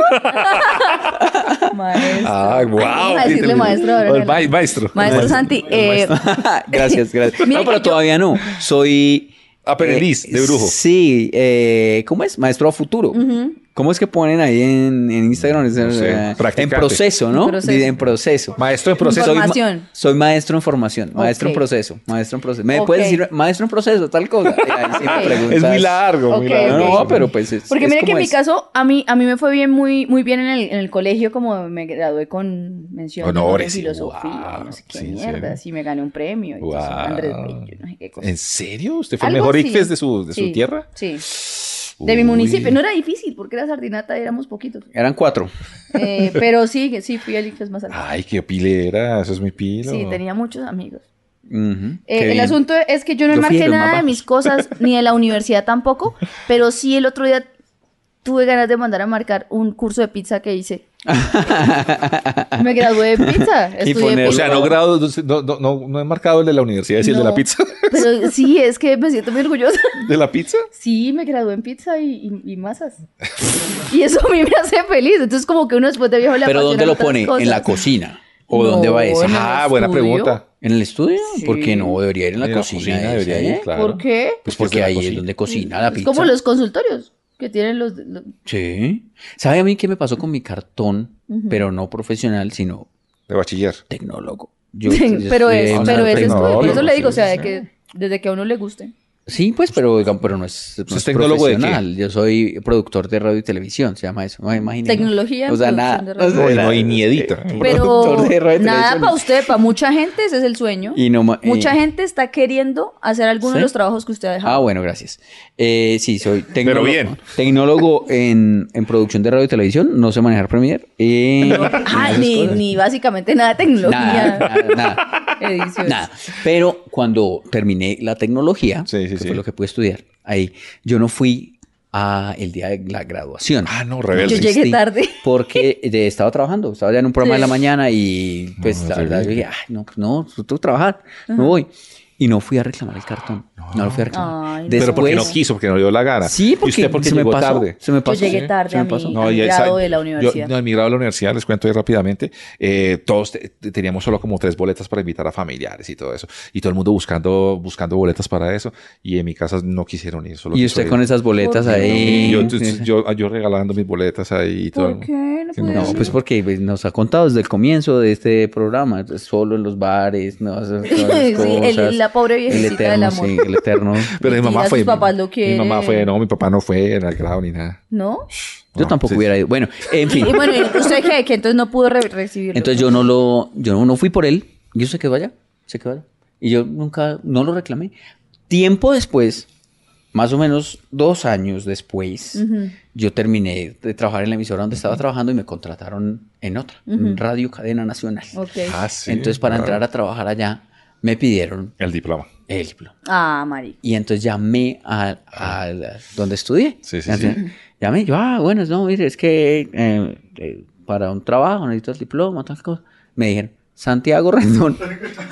[SPEAKER 2] maestro.
[SPEAKER 1] Ah, wow.
[SPEAKER 2] Vamos a decirle maestro ahora en
[SPEAKER 1] El
[SPEAKER 2] adelante.
[SPEAKER 1] ma- maestro.
[SPEAKER 2] Maestro Santi, eh,
[SPEAKER 3] *laughs* gracias,
[SPEAKER 2] *laughs*
[SPEAKER 3] gracias.
[SPEAKER 2] Mira
[SPEAKER 3] no, pero
[SPEAKER 2] que yo-
[SPEAKER 3] todavía no. Soy.
[SPEAKER 1] Ah,
[SPEAKER 3] eh,
[SPEAKER 1] Aprendiz de brujo.
[SPEAKER 3] Sí, eh, ¿cómo es? Maestro a futuro. ¿Cómo es que ponen ahí en, en Instagram? Es,
[SPEAKER 1] No sé,
[SPEAKER 3] eh, en
[SPEAKER 1] practicante.
[SPEAKER 3] proceso, ¿no?
[SPEAKER 2] En proceso.
[SPEAKER 3] Dice, En proceso.
[SPEAKER 1] Maestro en proceso.
[SPEAKER 3] Soy ma-
[SPEAKER 2] Formación.
[SPEAKER 3] Soy, maestro en formación, maestro
[SPEAKER 2] Ok.
[SPEAKER 3] en proceso, maestro en proceso. ¿Me
[SPEAKER 2] Ok.
[SPEAKER 3] puedes decir maestro en proceso,
[SPEAKER 2] *laughs*
[SPEAKER 3] tal cosa? Y ahí sí me
[SPEAKER 2] Ok.
[SPEAKER 1] Es
[SPEAKER 3] preguntas.
[SPEAKER 1] muy largo, muy
[SPEAKER 2] Ok,
[SPEAKER 1] largo.
[SPEAKER 2] ok.
[SPEAKER 3] No, pero pues es-
[SPEAKER 2] Porque
[SPEAKER 3] es
[SPEAKER 2] mira que en
[SPEAKER 3] como
[SPEAKER 2] mi
[SPEAKER 3] es.
[SPEAKER 2] caso, a mí, a mí me fue bien, muy, muy bien en el, en el colegio, como me gradué con mención de
[SPEAKER 1] Honores, sí.
[SPEAKER 2] filosofía,
[SPEAKER 1] Wow,
[SPEAKER 2] no sé qué
[SPEAKER 1] sí, en
[SPEAKER 2] mierda,
[SPEAKER 1] serio.
[SPEAKER 2] así me gané un premio, y
[SPEAKER 1] Wow.
[SPEAKER 2] entonces, Andrés Bello, no sé qué cosa.
[SPEAKER 1] ¿En serio? ¿Usted fue el
[SPEAKER 2] Algo
[SPEAKER 1] mejor
[SPEAKER 2] así.
[SPEAKER 1] ICFES de su, de su
[SPEAKER 2] Sí,
[SPEAKER 1] tierra?
[SPEAKER 2] Sí, de mi
[SPEAKER 1] Uy.
[SPEAKER 2] municipio. No era difícil, porque era sardinata, éramos poquitos.
[SPEAKER 3] Eran cuatro.
[SPEAKER 2] Eh, pero sí, que sí, fui el ICFES más alto.
[SPEAKER 1] Ay, qué pilera. Eso es mi pilo.
[SPEAKER 2] Sí, tenía muchos amigos.
[SPEAKER 3] Ujú,
[SPEAKER 2] Eh,
[SPEAKER 3] qué
[SPEAKER 2] el
[SPEAKER 3] bien.
[SPEAKER 2] asunto es que yo no
[SPEAKER 3] Yo fui
[SPEAKER 2] marqué
[SPEAKER 3] de los más
[SPEAKER 2] nada de
[SPEAKER 3] bajos. *laughs*
[SPEAKER 2] mis cosas, ni de la universidad tampoco, pero sí el otro día tuve ganas de mandar a marcar un curso de pizza que
[SPEAKER 3] *laughs*
[SPEAKER 2] hice. Me gradué de pizza.
[SPEAKER 3] Y
[SPEAKER 2] Estudié
[SPEAKER 3] poner-
[SPEAKER 1] O
[SPEAKER 2] pizza.
[SPEAKER 1] sea, no, grado, no, no, no, no he marcado el de la universidad, es el de
[SPEAKER 2] No.
[SPEAKER 1] la pizza. *laughs*
[SPEAKER 2] Pero sí, es que me siento muy orgullosa.
[SPEAKER 1] ¿De la pizza?
[SPEAKER 2] Sí, me gradué en pizza y, y- y masas. Y eso a mí me hace feliz. Entonces, como que uno después de viejo le
[SPEAKER 3] Pero ¿dónde
[SPEAKER 2] apasionan
[SPEAKER 3] lo
[SPEAKER 2] otras
[SPEAKER 3] pone?
[SPEAKER 2] cosas.
[SPEAKER 3] ¿En la cocina? ¿O
[SPEAKER 2] No,
[SPEAKER 3] dónde va eso?
[SPEAKER 2] en el
[SPEAKER 1] Ah, buena
[SPEAKER 2] estudio.
[SPEAKER 1] pregunta.
[SPEAKER 3] ¿En el estudio?
[SPEAKER 2] Sí.
[SPEAKER 3] ¿Por qué no? Debería ir en la,
[SPEAKER 1] En
[SPEAKER 3] cocina. esa,
[SPEAKER 1] debería
[SPEAKER 3] ¿eh?
[SPEAKER 1] ir, claro.
[SPEAKER 2] ¿Por qué?
[SPEAKER 1] Pues
[SPEAKER 3] Porque
[SPEAKER 1] la
[SPEAKER 3] ahí es
[SPEAKER 1] cocina.
[SPEAKER 3] donde cocina la
[SPEAKER 2] es
[SPEAKER 3] pizza.
[SPEAKER 2] como los consultorios que tienen los... los-
[SPEAKER 3] Sí. ¿Sabe a mí qué me pasó con mi cartón?
[SPEAKER 2] Ujú.
[SPEAKER 3] Pero no profesional, sino
[SPEAKER 1] De bachiller.
[SPEAKER 3] tecnólogo. Yo-
[SPEAKER 2] pero
[SPEAKER 3] estudié
[SPEAKER 2] es,
[SPEAKER 3] una
[SPEAKER 2] pero es
[SPEAKER 3] tecnólogo.
[SPEAKER 2] estudio. Por eso le digo, o sea, de
[SPEAKER 1] sí.
[SPEAKER 2] que desde que a uno le guste.
[SPEAKER 3] Sí, pues, pero, digamos, pero no es, no
[SPEAKER 1] ¿Es
[SPEAKER 3] es
[SPEAKER 1] tecnólogo pues de qué?
[SPEAKER 3] profesional. Yo soy productor de radio y televisión, se llama eso. No, imagínate.
[SPEAKER 2] Tecnología en
[SPEAKER 3] O sea,
[SPEAKER 2] producción
[SPEAKER 3] nada.
[SPEAKER 2] de radio.
[SPEAKER 3] o sea,
[SPEAKER 1] No, y no,
[SPEAKER 3] nada.
[SPEAKER 1] y ni edita.
[SPEAKER 3] eh, pues,
[SPEAKER 2] Pero
[SPEAKER 3] Productor de radio y
[SPEAKER 2] nada
[SPEAKER 3] televisión.
[SPEAKER 2] para usted, para mucha gente, ese es el sueño.
[SPEAKER 3] Y no ma-
[SPEAKER 2] mucha
[SPEAKER 3] eh.
[SPEAKER 2] gente está queriendo hacer alguno de
[SPEAKER 3] ¿Sí?
[SPEAKER 2] los trabajos que usted ha dejado.
[SPEAKER 3] Ah, bueno, gracias. Eh, sí, soy tecnólogo,
[SPEAKER 1] bien.
[SPEAKER 3] tecnólogo en, en producción de radio y televisión. No sé manejar Premiere. eh, *laughs*
[SPEAKER 2] Ah,
[SPEAKER 3] esas
[SPEAKER 2] ni,
[SPEAKER 3] cosas.
[SPEAKER 2] ni básicamente nada de tecnología.
[SPEAKER 3] Nada, nada, nada.
[SPEAKER 2] Edición.
[SPEAKER 3] Nada. Pero cuando terminé la tecnología,
[SPEAKER 1] Sí, sí,
[SPEAKER 3] que
[SPEAKER 1] sí.
[SPEAKER 3] fue lo que pude estudiar ahí, yo no fui a el día de la graduación.
[SPEAKER 1] Ah, no, rebelde.
[SPEAKER 2] Yo llegué
[SPEAKER 3] existí
[SPEAKER 2] tarde.
[SPEAKER 3] *laughs* Porque de- estaba trabajando, estaba ya en un programa
[SPEAKER 2] Sí.
[SPEAKER 3] de la mañana y pues
[SPEAKER 1] No,
[SPEAKER 3] la
[SPEAKER 1] terrible.
[SPEAKER 3] pues, verdad yo dije, ay, no, no, tengo que trabajar, no voy. y no fui a reclamar el cartón. No, lo fui a reclamar.
[SPEAKER 2] Ay, no.
[SPEAKER 1] Pero porque no
[SPEAKER 3] Después-
[SPEAKER 1] quiso, porque no le dio la gana.
[SPEAKER 3] Sí,
[SPEAKER 1] ¿Y
[SPEAKER 3] porque,
[SPEAKER 1] usted porque
[SPEAKER 3] se
[SPEAKER 1] llegó
[SPEAKER 3] me pasó,
[SPEAKER 1] tarde.
[SPEAKER 3] Se me pasó.
[SPEAKER 2] llegué
[SPEAKER 3] sí,
[SPEAKER 2] tarde
[SPEAKER 3] se me
[SPEAKER 2] a mi-
[SPEAKER 3] pasó.
[SPEAKER 2] No, al
[SPEAKER 1] ahí
[SPEAKER 2] grado
[SPEAKER 1] sa-
[SPEAKER 2] de la
[SPEAKER 1] yo-
[SPEAKER 2] universidad.
[SPEAKER 1] no, en mi grado de la universidad, les cuento ahí rápidamente, eh, todos te- te- teníamos solo como tres boletas para invitar a familiares y todo eso. Y todo el mundo buscando, buscando boletas para eso. Y en mi casa no quisieron ir. Solo
[SPEAKER 3] Y
[SPEAKER 1] quiso
[SPEAKER 3] usted
[SPEAKER 1] ir-
[SPEAKER 3] con esas boletas
[SPEAKER 2] Porque-
[SPEAKER 3] ahí.
[SPEAKER 1] Y yo,
[SPEAKER 3] Sí, sí.
[SPEAKER 1] yo, yo regalando mis boletas ahí y todo.
[SPEAKER 2] ¿Por qué? No
[SPEAKER 1] Sí, no,
[SPEAKER 2] podía
[SPEAKER 3] *laughs* No,
[SPEAKER 2] ser.
[SPEAKER 3] pues porque pues, nos ha contado desde el comienzo de este programa, pues, solo en los bares, no, Esas- todas esas
[SPEAKER 2] *laughs* Sí, el-
[SPEAKER 3] cosas.
[SPEAKER 2] la pobre
[SPEAKER 3] El
[SPEAKER 2] viejecita del
[SPEAKER 3] eterno,
[SPEAKER 2] amor.
[SPEAKER 3] sí, el eterno.
[SPEAKER 1] *laughs* Pero mi
[SPEAKER 2] Mentira,
[SPEAKER 1] mamá
[SPEAKER 2] sus
[SPEAKER 1] fue.
[SPEAKER 2] papás lo
[SPEAKER 1] mi mamá
[SPEAKER 2] quieren.
[SPEAKER 1] fue, no, mi papá no fue en el grado ni nada.
[SPEAKER 2] ¿No?
[SPEAKER 3] Yo
[SPEAKER 1] No,
[SPEAKER 3] tampoco
[SPEAKER 1] sí,
[SPEAKER 3] hubiera ido. Bueno,
[SPEAKER 2] *laughs*
[SPEAKER 3] en fin.
[SPEAKER 2] Y bueno, ¿y ¿usted qué? Que entonces no pudo re- recibirlo.
[SPEAKER 3] Entonces yo no lo, yo no fui por él, yo sé que vaya, sé que vaya. Y yo nunca, no lo reclamé. Tiempo después, más o menos dos años después, yo terminé de trabajar en la emisora donde estaba trabajando y me contrataron en otra, en Radio Cadena Nacional.
[SPEAKER 2] Ok.
[SPEAKER 1] Ah, sí,
[SPEAKER 3] Entonces para
[SPEAKER 1] claro.
[SPEAKER 3] entrar a trabajar allá me pidieron
[SPEAKER 1] El diploma.
[SPEAKER 3] el diploma.
[SPEAKER 2] Ah, marica.
[SPEAKER 3] Y entonces llamé a, a la- donde estudié.
[SPEAKER 1] Sí, sí,
[SPEAKER 3] Entonces, Llamé y yo, ah, bueno, no, mire, es que eh, eh, para un trabajo necesito el diploma, tal cosa. Me dijeron, Santiago
[SPEAKER 1] *laughs*
[SPEAKER 3] Rendón.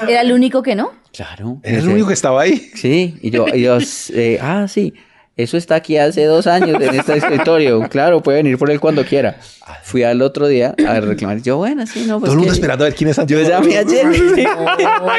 [SPEAKER 2] ¿Era el único que no?
[SPEAKER 3] claro.
[SPEAKER 1] Era el
[SPEAKER 3] Ese-
[SPEAKER 1] único que estaba ahí.
[SPEAKER 3] Sí, y yo, y yo, eh, ah, sí, eso está aquí hace dos años en este escritorio. *laughs* Claro, puede venir por él cuando quiera. Fui al otro día a reclamar. Yo, bueno, sí, no, pues.
[SPEAKER 1] todo el mundo
[SPEAKER 3] que- pues
[SPEAKER 1] esperando a ver quién es Santiago.
[SPEAKER 3] Yo
[SPEAKER 1] *laughs*
[SPEAKER 3] llamé *laughs* ayer.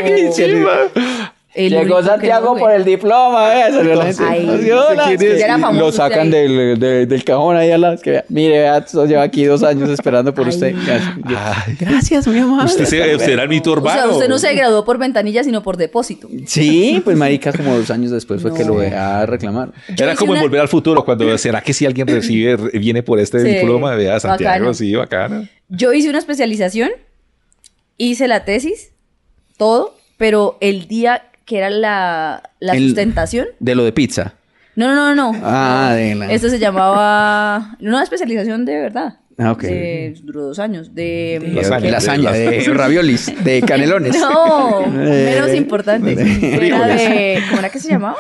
[SPEAKER 3] ¡Qué chimba!
[SPEAKER 2] El único
[SPEAKER 3] Llegó
[SPEAKER 2] que
[SPEAKER 3] Santiago
[SPEAKER 2] no,
[SPEAKER 3] por
[SPEAKER 2] güey.
[SPEAKER 3] el diploma, vea, salió la gente.
[SPEAKER 2] Ay,
[SPEAKER 3] Así, hola.
[SPEAKER 2] ¿quién es? Ya era famoso
[SPEAKER 3] Lo
[SPEAKER 2] usted
[SPEAKER 3] sacan
[SPEAKER 2] ahí.
[SPEAKER 3] del, de- del cajón ahí al lado. Es que vea, mire, vea, esto lleva aquí dos años esperando por
[SPEAKER 2] Ay.
[SPEAKER 3] usted. Yo,
[SPEAKER 1] Ay.
[SPEAKER 3] Gracias, muy amable.
[SPEAKER 1] Usted, se- usted era el mito
[SPEAKER 2] O
[SPEAKER 1] urbano.
[SPEAKER 2] sea, usted no se graduó por ventanilla, sino por depósito.
[SPEAKER 3] Sí, pues marica, como dos años después fue que
[SPEAKER 2] No.
[SPEAKER 3] lo vea a reclamar.
[SPEAKER 2] Yo
[SPEAKER 1] Era
[SPEAKER 2] hice
[SPEAKER 1] como en
[SPEAKER 2] una-
[SPEAKER 1] volver al futuro, cuando será que si alguien recibe, re- viene por este
[SPEAKER 2] Sí,
[SPEAKER 1] diploma de a Santiago,
[SPEAKER 2] bacano.
[SPEAKER 1] sí, bacana.
[SPEAKER 2] Yo hice una especialización, hice la tesis, todo, pero el día que era la, la
[SPEAKER 3] El-
[SPEAKER 2] sustentación.
[SPEAKER 3] De lo de pizza.
[SPEAKER 2] No, no, no, no.
[SPEAKER 3] Ah, de la-
[SPEAKER 2] Esto se llamaba. Una especialización de verdad.
[SPEAKER 3] Ah, ok.
[SPEAKER 2] De- duró dos años. De.
[SPEAKER 3] De
[SPEAKER 1] Lasaña.
[SPEAKER 3] de lasaña, de raviolis,
[SPEAKER 2] *laughs*
[SPEAKER 3] de canelones.
[SPEAKER 2] No, menos
[SPEAKER 3] Eh,
[SPEAKER 2] importante. Era de. ¿Cómo era que se llamaba?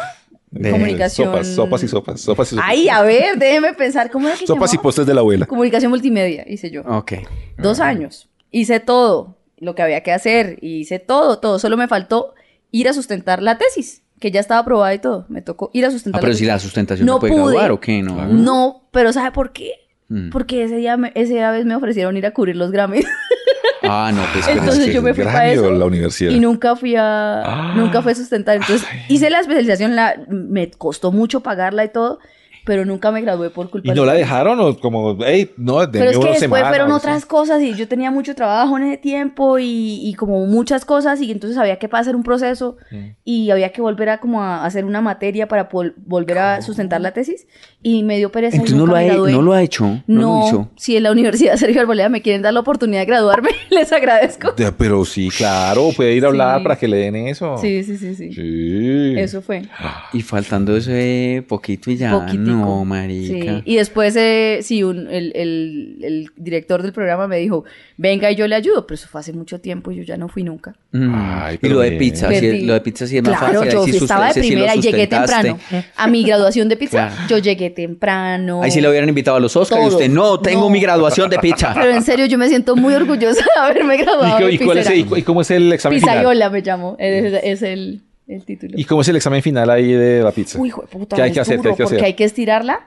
[SPEAKER 1] De
[SPEAKER 2] Comunicación.
[SPEAKER 1] Sopas, sopas y sopas, sopas y sopas.
[SPEAKER 2] Ay, a ver, déjeme pensar. ¿Cómo era que se
[SPEAKER 1] sopas y
[SPEAKER 2] llamaba?
[SPEAKER 1] postres de la abuela.
[SPEAKER 2] Comunicación multimedia, hice yo.
[SPEAKER 3] Ok. Ah,
[SPEAKER 2] Dos años. Hice todo lo que había que hacer. y Hice todo, todo. Solo me faltó ir a sustentar la tesis, que ya estaba aprobada y todo. Me tocó ir a
[SPEAKER 3] Ah,
[SPEAKER 2] sustentar
[SPEAKER 3] pero
[SPEAKER 2] tesis.
[SPEAKER 3] si la sustentación no,
[SPEAKER 2] No
[SPEAKER 3] puede
[SPEAKER 2] pude.
[SPEAKER 3] graduar o qué, no.
[SPEAKER 2] No, pero ¿sabe por qué?
[SPEAKER 3] Mm.
[SPEAKER 2] Porque ese día, me- ese día vez me ofrecieron ir a cubrir los Grammys.
[SPEAKER 3] Ah, no, pues.
[SPEAKER 2] *laughs*
[SPEAKER 3] pero-
[SPEAKER 2] Entonces yo me fui para
[SPEAKER 1] Grande
[SPEAKER 2] eso.
[SPEAKER 1] la universidad.
[SPEAKER 2] Y nunca fui a.
[SPEAKER 3] Ah.
[SPEAKER 2] Nunca fui a sustentar. Entonces hice la especialización, la, me costó mucho pagarla y todo, pero nunca me gradué por culpa
[SPEAKER 1] ¿Y no
[SPEAKER 2] de-
[SPEAKER 1] la dejaron o como, hey, no, de
[SPEAKER 2] Pero es que después fueron otras cosas y yo tenía mucho trabajo en ese tiempo y, y como muchas cosas y entonces había que pasar un proceso y había que volver a como a hacer una materia para pol- volver a sustentar la tesis y me dio pereza. y
[SPEAKER 3] Entonces no
[SPEAKER 2] nunca
[SPEAKER 3] lo, ha,
[SPEAKER 2] me gradué.
[SPEAKER 3] no lo ha hecho. No, lo hizo.
[SPEAKER 2] No, si en la Universidad Sergio Arboleda me quieren dar la oportunidad de graduarme, *laughs* les agradezco.
[SPEAKER 1] pero sí, claro, puede ir a hablar
[SPEAKER 2] Sí.
[SPEAKER 1] para que le den eso.
[SPEAKER 2] Sí, sí, sí, sí.
[SPEAKER 1] Sí. Ah.
[SPEAKER 2] Eso fue.
[SPEAKER 3] Y faltando ese poquito y ya.
[SPEAKER 2] Poquitico.
[SPEAKER 3] No,
[SPEAKER 2] Sí.
[SPEAKER 3] marica.
[SPEAKER 2] Y después, eh, sí, un- el, el- el director del programa me dijo, venga y yo le ayudo, pero eso fue hace mucho tiempo y yo ya no fui nunca.
[SPEAKER 3] Mm.
[SPEAKER 1] Ay,
[SPEAKER 3] y
[SPEAKER 1] pero
[SPEAKER 3] lo de
[SPEAKER 1] bien.
[SPEAKER 3] pizza, sí,
[SPEAKER 2] Perdí.
[SPEAKER 3] lo de pizza sí es más
[SPEAKER 2] claro,
[SPEAKER 3] fácil. ahí
[SPEAKER 2] yo
[SPEAKER 3] sí
[SPEAKER 2] fui- estaba de
[SPEAKER 3] sust- ese sí lo
[SPEAKER 2] primera, llegué
[SPEAKER 3] sustentaste.
[SPEAKER 2] temprano. A mi graduación de
[SPEAKER 3] *laughs*
[SPEAKER 2] pizza,
[SPEAKER 3] Claro.
[SPEAKER 2] yo llegué temprano.
[SPEAKER 3] Ahí sí le hubieran invitado a los Oscars y
[SPEAKER 2] Todo.
[SPEAKER 3] usted, no, tengo
[SPEAKER 2] No.
[SPEAKER 3] mi graduación de pizza.
[SPEAKER 2] Pero en serio, yo me siento muy orgullosa de haberme graduado.
[SPEAKER 1] ¿Y, cu-
[SPEAKER 2] de
[SPEAKER 1] y cuál es,
[SPEAKER 2] pizzera.
[SPEAKER 1] y cu- y cómo es el examen final?
[SPEAKER 2] Pizzaiola me llamo, es, es el, el título.
[SPEAKER 1] ¿Y cómo es el examen final ahí de la pizza?
[SPEAKER 2] Uy, hijo de puta,
[SPEAKER 1] ¿Qué hay
[SPEAKER 2] es
[SPEAKER 1] que hacer? ¿Qué
[SPEAKER 2] duro,
[SPEAKER 1] hay que
[SPEAKER 2] porque
[SPEAKER 1] hacer?
[SPEAKER 2] hay que estirarla,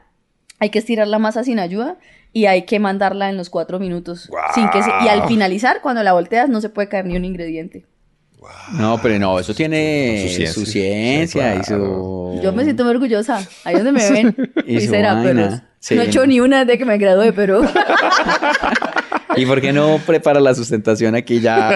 [SPEAKER 2] hay que estirar la masa sin ayuda y hay que mandarla en los cuatro minutos. Sin que se- y al finalizar, cuando la volteas, no se puede caer ni un ingrediente.
[SPEAKER 3] No, pero no, eso tiene
[SPEAKER 1] Su
[SPEAKER 3] su
[SPEAKER 1] ciencia.
[SPEAKER 3] ciencia,
[SPEAKER 1] Sí,
[SPEAKER 3] y su...
[SPEAKER 2] Yo me siento muy orgullosa. Ahí donde me ven.
[SPEAKER 3] Mm. *laughs* Y su
[SPEAKER 2] Y será, pero
[SPEAKER 3] vaina.
[SPEAKER 2] es-
[SPEAKER 3] Sí.
[SPEAKER 2] no he hecho ni una desde que me gradué, pero
[SPEAKER 3] ¿Y por qué no prepara la sustentación aquí ya?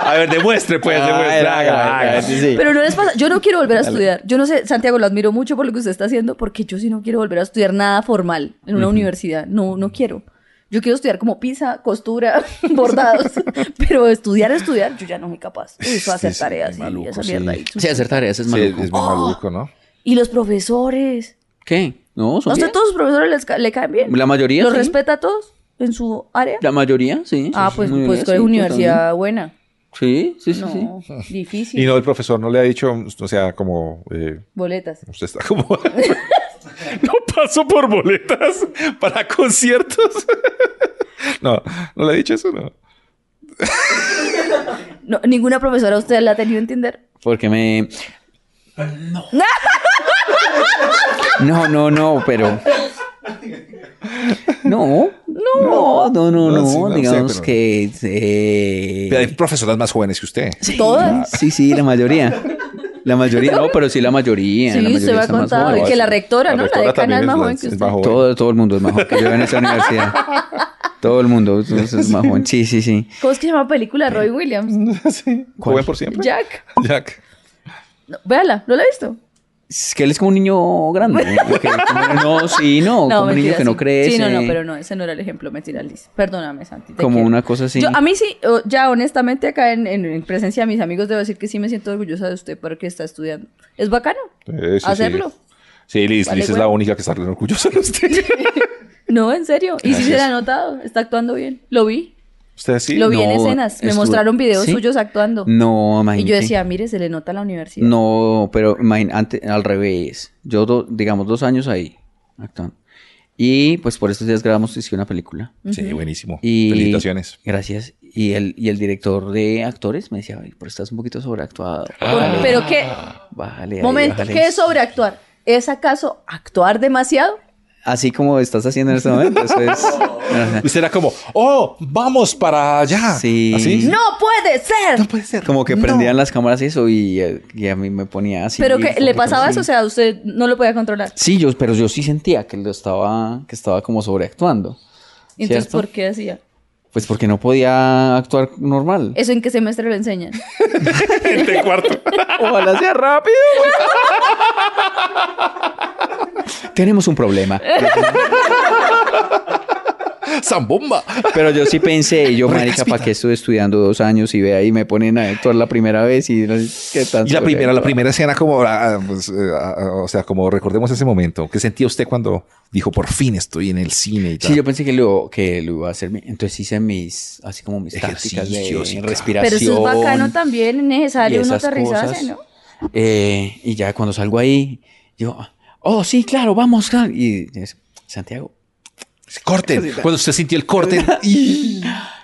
[SPEAKER 1] A ver, demuestre, pues,
[SPEAKER 3] Ah,
[SPEAKER 1] demuestre.
[SPEAKER 3] era,
[SPEAKER 1] haga,
[SPEAKER 3] era,
[SPEAKER 1] haga.
[SPEAKER 3] era, sí, sí.
[SPEAKER 2] Pero no les pasa, yo no quiero volver a estudiar. Yo no sé, Santiago, lo admiro mucho por lo que usted está haciendo, porque yo sí no quiero volver a estudiar nada formal en una universidad. No, no quiero. Yo quiero estudiar como pizza, costura, *laughs*
[SPEAKER 3] *laughs*
[SPEAKER 2] bordados, pero estudiar, estudiar, yo ya no soy capaz. Uy, Eso hacer
[SPEAKER 1] Sí, sí,
[SPEAKER 2] tareas
[SPEAKER 1] muy
[SPEAKER 2] y
[SPEAKER 1] maluco,
[SPEAKER 2] esa
[SPEAKER 1] sí.
[SPEAKER 2] mierda. ahí.
[SPEAKER 3] sí, hacer tareas es
[SPEAKER 1] Sí,
[SPEAKER 3] maluco.
[SPEAKER 1] es muy maluco, ¿no?
[SPEAKER 2] Y los profesores.
[SPEAKER 3] ¿Qué? No,
[SPEAKER 2] ¿A
[SPEAKER 3] son
[SPEAKER 2] usted
[SPEAKER 3] bien.
[SPEAKER 2] todos los profesores les ca- le caen bien?
[SPEAKER 3] La mayoría,
[SPEAKER 2] ¿Los
[SPEAKER 3] sí.
[SPEAKER 2] respeta a todos en su área?
[SPEAKER 3] La mayoría, sí.
[SPEAKER 2] ah,
[SPEAKER 3] sí,
[SPEAKER 2] pues,
[SPEAKER 3] sí, mayoría,
[SPEAKER 2] pues
[SPEAKER 3] sí,
[SPEAKER 2] con universidad buena.
[SPEAKER 3] Sí, sí, sí, sí.
[SPEAKER 2] No, difícil.
[SPEAKER 1] Y no, el profesor no le ha dicho, o sea, como, eh,
[SPEAKER 2] Boletas.
[SPEAKER 1] usted está como... *laughs* no paso por boletas para *laughs* conciertos. no, no le ha dicho eso, no.
[SPEAKER 2] No, ¿Ninguna profesora usted la ha tenido en Tinder?
[SPEAKER 3] Porque me. No. No, no, no, pero. No, no, no, no, no.
[SPEAKER 1] No, sí, no,
[SPEAKER 3] digamos
[SPEAKER 1] sí, pero-
[SPEAKER 3] que. eh,
[SPEAKER 1] Pero hay profesoras más jóvenes que usted.
[SPEAKER 3] sí,
[SPEAKER 2] ¿Todas?
[SPEAKER 3] Sí, sí, la mayoría. La mayoría, no, pero sí, la mayoría.
[SPEAKER 2] Sí,
[SPEAKER 3] la mayoría
[SPEAKER 2] usted me ha
[SPEAKER 3] está más
[SPEAKER 2] contado
[SPEAKER 3] joven.
[SPEAKER 2] que la rectora, ¿no? La decana
[SPEAKER 1] también
[SPEAKER 2] es más
[SPEAKER 1] la-
[SPEAKER 2] joven que usted.
[SPEAKER 1] más joven.
[SPEAKER 3] Todo, todo el mundo es más joven que yo en esa universidad. Todo el mundo es- es más joven. Sí, sí, sí.
[SPEAKER 2] ¿Cómo es que se llama la película Roy Williams?
[SPEAKER 1] *laughs* Sí,
[SPEAKER 3] ¿Cuál?
[SPEAKER 1] joven por siempre.
[SPEAKER 2] Jack.
[SPEAKER 1] Jack.
[SPEAKER 2] No, véala, ¿no la he visto?
[SPEAKER 3] Es que él es como un niño grande. ¿no? Que- no, sí, no. como un niño
[SPEAKER 2] mentira,
[SPEAKER 3] que no
[SPEAKER 2] sí.
[SPEAKER 3] crece.
[SPEAKER 2] Sí, no, no, pero no, ese no era el ejemplo, mentira, Liz. Perdóname, Santi. te
[SPEAKER 3] Como
[SPEAKER 2] quiero.
[SPEAKER 3] una cosa así.
[SPEAKER 2] Yo, a mí sí, o- ya honestamente acá en, en- en presencia de mis amigos debo decir que sí me siento orgullosa de usted porque está estudiando. Es bacano
[SPEAKER 1] Eh, sí,
[SPEAKER 2] hacerlo.
[SPEAKER 1] Sí, Sí, Liz,
[SPEAKER 2] Vale,
[SPEAKER 1] Liz es
[SPEAKER 2] güey.
[SPEAKER 1] la única que está re orgullosa de usted.
[SPEAKER 2] No, en serio. Y sí se
[SPEAKER 1] Gracias.
[SPEAKER 2] le ha notado, está actuando bien. Lo vi,
[SPEAKER 1] *laughs* ¿Usted sí?
[SPEAKER 2] lo vi en
[SPEAKER 3] No,
[SPEAKER 2] escenas. Me
[SPEAKER 3] estuvo-
[SPEAKER 2] mostraron videos
[SPEAKER 3] ¿sí?
[SPEAKER 2] suyos actuando.
[SPEAKER 3] No,
[SPEAKER 2] y
[SPEAKER 3] imagínate.
[SPEAKER 2] yo decía, mire, se le nota la universidad.
[SPEAKER 3] No, pero imagínate, al revés. Yo, do- digamos, dos años ahí actuando. Y pues por estos días grabamos hice una película.
[SPEAKER 1] Sí, buenísimo.
[SPEAKER 3] Y,
[SPEAKER 1] Felicitaciones.
[SPEAKER 3] Gracias. Y el, y el director de actores me decía, "Ay, pero estás un poquito sobreactuado.
[SPEAKER 2] Ah. Por- Pero qué,
[SPEAKER 3] Vale, ahí,
[SPEAKER 2] momento,
[SPEAKER 3] bájale".
[SPEAKER 2] ¿qué es sobreactuar? ¿Es acaso actuar demasiado?
[SPEAKER 3] Así como estás haciendo en este momento. Eso *laughs* es. Ajá.
[SPEAKER 1] Usted era como, oh, vamos para allá.
[SPEAKER 3] Sí.
[SPEAKER 1] ¿Así?
[SPEAKER 2] ¡No puede ser!
[SPEAKER 1] puede ser.
[SPEAKER 3] Como que prendían las cámaras y eso y, eh, y a mí me ponía así.
[SPEAKER 2] Pero
[SPEAKER 3] un
[SPEAKER 2] que le
[SPEAKER 3] poquito
[SPEAKER 2] pasaba
[SPEAKER 3] así.
[SPEAKER 2] eso, o sea, usted no lo podía controlar.
[SPEAKER 3] Sí, yo, pero yo sí sentía que lo estaba, que estaba como sobreactuando.
[SPEAKER 2] Entonces,
[SPEAKER 3] ¿Cierto?
[SPEAKER 2] ¿por qué hacía?
[SPEAKER 3] Pues porque no podía actuar
[SPEAKER 2] *laughs*
[SPEAKER 3] normal.
[SPEAKER 2] ¿Eso en qué semestre lo enseñan?
[SPEAKER 1] Este cuarto.
[SPEAKER 3] Ojalá sea rápido. *laughs* Tenemos un problema.
[SPEAKER 1] Zambomba.
[SPEAKER 3] Pero yo sí pensé, yo, marica,
[SPEAKER 1] Recaspita.
[SPEAKER 3] ¿para qué estoy estudiando dos años y ve ahí me ponen a actuar la primera vez y no sé qué tan
[SPEAKER 1] Y la primera, la
[SPEAKER 3] sobreactuado?
[SPEAKER 1] primera escena, como, ah, pues, eh, ah, o sea, como recordemos ese momento. ¿Qué sentía usted cuando dijo, por fin estoy en el cine y tal?
[SPEAKER 3] Sí, yo pensé que lo, que lo iba a hacer. bien. Entonces hice mis, así como mis tácticas
[SPEAKER 1] Ejercicios y
[SPEAKER 3] de
[SPEAKER 1] tal.
[SPEAKER 2] Pero
[SPEAKER 3] respiración.
[SPEAKER 2] eso es bacano también, es
[SPEAKER 3] y
[SPEAKER 2] necesario uno
[SPEAKER 3] esas
[SPEAKER 2] aterrizarse,
[SPEAKER 3] cosas.
[SPEAKER 2] ¿no?
[SPEAKER 3] Eh, y ya cuando salgo ahí, yo, oh, sí, claro, vamos. claro". Y es, Santiago,
[SPEAKER 1] Corten. Cuando usted sintió el
[SPEAKER 3] *laughs*
[SPEAKER 1] corte. y-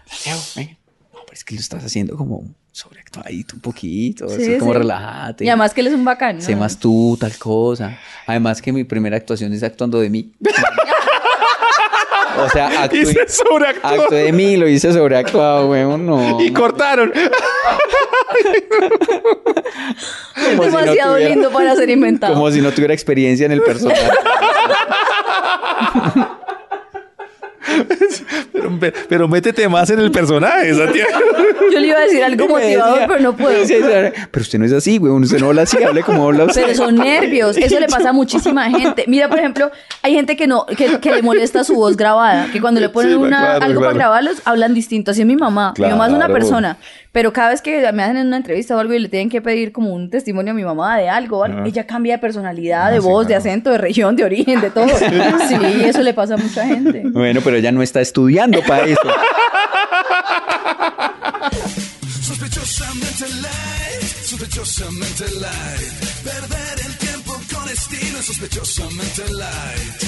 [SPEAKER 3] Santiago, venga. No, pero es que lo estás haciendo como sobreactuadito un poquito,
[SPEAKER 2] Sí,
[SPEAKER 3] así como
[SPEAKER 2] sí.
[SPEAKER 3] relájate.
[SPEAKER 2] Y además que él es un bacano.
[SPEAKER 3] Sé más tú, tal cosa. Además que mi primera actuación es actuando
[SPEAKER 2] *laughs*
[SPEAKER 3] de mí. o sea, actué,
[SPEAKER 1] sobreactuó.
[SPEAKER 3] actué de mí, lo hice sobreactuado,
[SPEAKER 2] *laughs*
[SPEAKER 3] weón, no.
[SPEAKER 1] Y cortaron.
[SPEAKER 3] Como si no
[SPEAKER 2] Demasiado
[SPEAKER 3] tuviera-
[SPEAKER 2] lindo para ser inventado.
[SPEAKER 3] *laughs* Como si no tuviera experiencia en el personaje.
[SPEAKER 1] Pero, pero métete más en el personaje, Santiago.
[SPEAKER 2] Yo le iba a
[SPEAKER 3] *laughs*
[SPEAKER 2] decir algo
[SPEAKER 3] Y me
[SPEAKER 2] motivador,
[SPEAKER 3] decía-
[SPEAKER 2] pero no
[SPEAKER 3] me
[SPEAKER 2] puedo.
[SPEAKER 3] decía, pero usted no es así, güey. Usted no habla así, hable como habla usted.
[SPEAKER 1] *laughs*
[SPEAKER 2] Pero son nervios, eso le pasa a muchísima gente. Mira, por ejemplo, hay gente que no, que, que le molesta su voz grabada, que cuando le ponen
[SPEAKER 1] Sí,
[SPEAKER 2] una,
[SPEAKER 1] claro,
[SPEAKER 2] algo para
[SPEAKER 1] claro.
[SPEAKER 2] grabarlos, hablan distinto. Así es mi mamá. Mi mamá es una
[SPEAKER 1] Claro.
[SPEAKER 2] persona. Pero cada vez que me hacen una entrevista o algo y le tienen que pedir como un testimonio a mi mamá de algo, ¿vale? ella cambia de personalidad, de
[SPEAKER 1] Ah, sí,
[SPEAKER 2] voz, de
[SPEAKER 1] claro.
[SPEAKER 2] acento, de región, de origen, de todo. Sí, eso le pasa a mucha gente.
[SPEAKER 3] Bueno, pero ella no está estudiando
[SPEAKER 1] *laughs*
[SPEAKER 3] para eso.
[SPEAKER 7] Sospechosamente light, sospechosamente light. Perder el tiempo con estilo, sospechosamente light.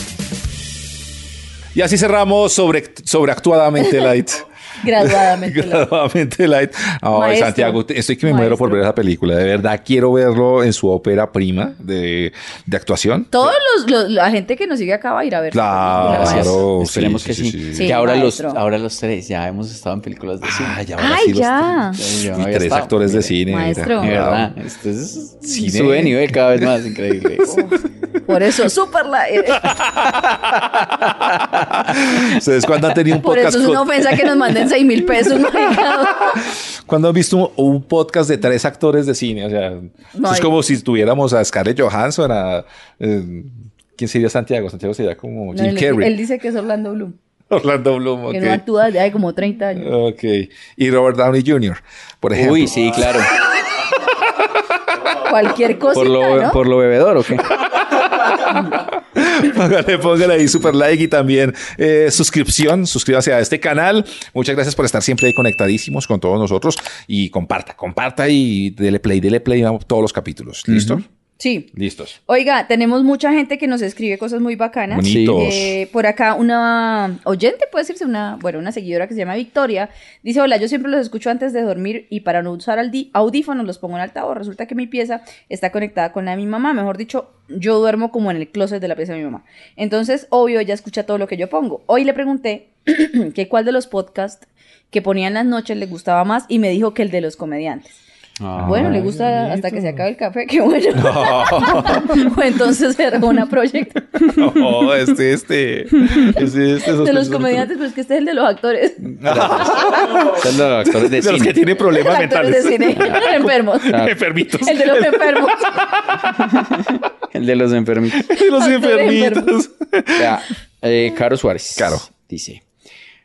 [SPEAKER 1] Y así cerramos sobre, sobreactuadamente light.
[SPEAKER 2] *laughs* Graduadamente. la-
[SPEAKER 1] Graduadamente light. Ay,
[SPEAKER 2] Maestro.
[SPEAKER 1] Santiago, te- estoy que me muero por
[SPEAKER 2] Maestro.
[SPEAKER 1] ver esa película. De verdad, quiero verlo en su ópera prima de, de actuación.
[SPEAKER 2] Todos los, los- la gente que nos sigue acá va a ir a ver.
[SPEAKER 1] Claro. Ah, sí,
[SPEAKER 3] Esperemos que
[SPEAKER 1] sí,
[SPEAKER 3] sí.
[SPEAKER 1] sí,
[SPEAKER 2] sí.
[SPEAKER 3] Que ahora los,
[SPEAKER 2] maestro.
[SPEAKER 3] ahora los tres ya hemos estado en películas de cine.
[SPEAKER 1] Ay, Ah, ahora
[SPEAKER 2] Ay,
[SPEAKER 1] sí los
[SPEAKER 2] ya.
[SPEAKER 1] tres-
[SPEAKER 3] Yo no
[SPEAKER 1] y
[SPEAKER 3] había
[SPEAKER 1] tres
[SPEAKER 3] estado.
[SPEAKER 1] actores de cine.
[SPEAKER 2] Maestro.
[SPEAKER 1] Wow.
[SPEAKER 3] De verdad, esto es
[SPEAKER 1] Cine.
[SPEAKER 3] sube de nivel cada vez más increíble.
[SPEAKER 2] Por eso, super la. eh,
[SPEAKER 1] Ustedes cuando han tenido un
[SPEAKER 2] *laughs* Por
[SPEAKER 1] podcast
[SPEAKER 2] eso es una
[SPEAKER 1] con-
[SPEAKER 2] ofensa que nos manden 6 mil pesos, marica.
[SPEAKER 1] cuando han visto un, un podcast de tres actores de cine, o sea,
[SPEAKER 2] No,
[SPEAKER 1] es
[SPEAKER 2] hay-
[SPEAKER 1] como si tuviéramos a Scarlett Johansson, a eh, quién sería Santiago, Santiago sería como
[SPEAKER 2] No,
[SPEAKER 1] Jim
[SPEAKER 2] él,
[SPEAKER 1] Carrey,
[SPEAKER 2] él dice que es Orlando Bloom,
[SPEAKER 1] *laughs* Orlando Bloom,
[SPEAKER 2] que no
[SPEAKER 1] ok.
[SPEAKER 2] actúa desde hace como 30 años.
[SPEAKER 1] Ok. y Robert Downey Jr. por ejemplo.
[SPEAKER 3] Uy, sí, claro.
[SPEAKER 2] Cualquier cosita,
[SPEAKER 3] Por lo,
[SPEAKER 2] ¿no?
[SPEAKER 3] por lo bebedor o qué.
[SPEAKER 1] *laughs* Póngale, póngale ahí super like y también eh, suscripción, suscríbase a este canal. Muchas gracias por estar siempre ahí conectadísimos con todos nosotros y comparta, comparta y dele play, dele play a todos los capítulos. ¿Listo?
[SPEAKER 2] Sí.
[SPEAKER 1] Listos.
[SPEAKER 2] Oiga, tenemos mucha gente que nos escribe cosas muy bacanas.
[SPEAKER 1] Bonitos.
[SPEAKER 2] Eh, por acá una oyente, puede decirse una, bueno, una seguidora que se llama Victoria, dice, hola, yo siempre los escucho antes de dormir y para no usar aldi- audífonos los pongo en altavoz. Resulta que mi pieza está conectada con la de mi mamá, mejor dicho, yo duermo como en el closet de la pieza de mi mamá. Entonces, obvio, ella escucha todo lo que yo pongo. Hoy le pregunté *clears throat* que cuál de los podcasts que ponían las noches le gustaba más y me dijo que el de los comediantes.
[SPEAKER 1] Ah.
[SPEAKER 2] Bueno,
[SPEAKER 1] *laughs*
[SPEAKER 2] le gusta hasta que se acabe el café, *laughs* qué bueno. *laughs* o entonces era una proyecto
[SPEAKER 1] Oh, este, este. Este, este.
[SPEAKER 2] de los
[SPEAKER 1] sospechoso.
[SPEAKER 2] comediantes, pero es que este es el de los actores.
[SPEAKER 3] Son los actores de
[SPEAKER 1] De los
[SPEAKER 3] cine.
[SPEAKER 1] que tienen
[SPEAKER 2] *laughs* Los
[SPEAKER 1] problemas
[SPEAKER 2] actores de
[SPEAKER 1] mentales.
[SPEAKER 3] *laughs*
[SPEAKER 2] cine enfermos.
[SPEAKER 1] *laughs*
[SPEAKER 3] Ah,
[SPEAKER 1] Enfermitos.
[SPEAKER 2] El de los enfermos.
[SPEAKER 3] El de
[SPEAKER 1] *laughs*
[SPEAKER 3] los enfermitos.
[SPEAKER 1] De los
[SPEAKER 2] Actores
[SPEAKER 1] enfermitos.
[SPEAKER 3] Ya, eh, Caro Suárez.
[SPEAKER 1] Caro.
[SPEAKER 3] Dice,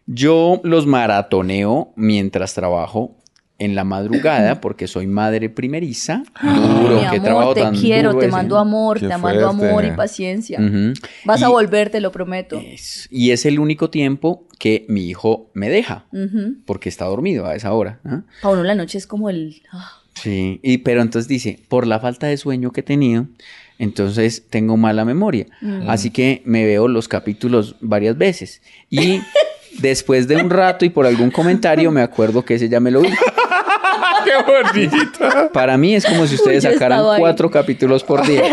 [SPEAKER 3] yo los maratoneo mientras trabajo en
[SPEAKER 2] *laughs*
[SPEAKER 3] la madrugada porque soy madre primeriza. Duro,
[SPEAKER 2] Ah, Mi
[SPEAKER 3] que
[SPEAKER 2] amor,
[SPEAKER 3] trabajo
[SPEAKER 2] te
[SPEAKER 3] tan
[SPEAKER 2] quiero,
[SPEAKER 3] duro
[SPEAKER 2] te
[SPEAKER 3] ese.
[SPEAKER 2] mando amor,
[SPEAKER 1] Qué
[SPEAKER 2] te mando amor y
[SPEAKER 1] fuerte.
[SPEAKER 2] paciencia.
[SPEAKER 3] Ujú.
[SPEAKER 2] Vas a
[SPEAKER 3] Y-
[SPEAKER 2] volver, te lo prometo.
[SPEAKER 3] es- y es el único tiempo que mi hijo me deja
[SPEAKER 2] Ujú.
[SPEAKER 3] porque está dormido a esa hora. ¿ah?
[SPEAKER 2] Pa' uno la noche es como el... ah,
[SPEAKER 3] Sí, y pero entonces dice, por la falta de sueño que he tenido, entonces tengo mala memoria.
[SPEAKER 2] Mm.
[SPEAKER 3] Así que me veo los capítulos varias veces.
[SPEAKER 2] *laughs*
[SPEAKER 3] Y después de un rato y por algún comentario me acuerdo que ese ya me lo vi.
[SPEAKER 1] *laughs* Qué bonito.
[SPEAKER 3] Para mí es como si ustedes
[SPEAKER 2] Uy, yo
[SPEAKER 3] sacaran
[SPEAKER 2] estaba ahí.
[SPEAKER 3] cuatro capítulos por día.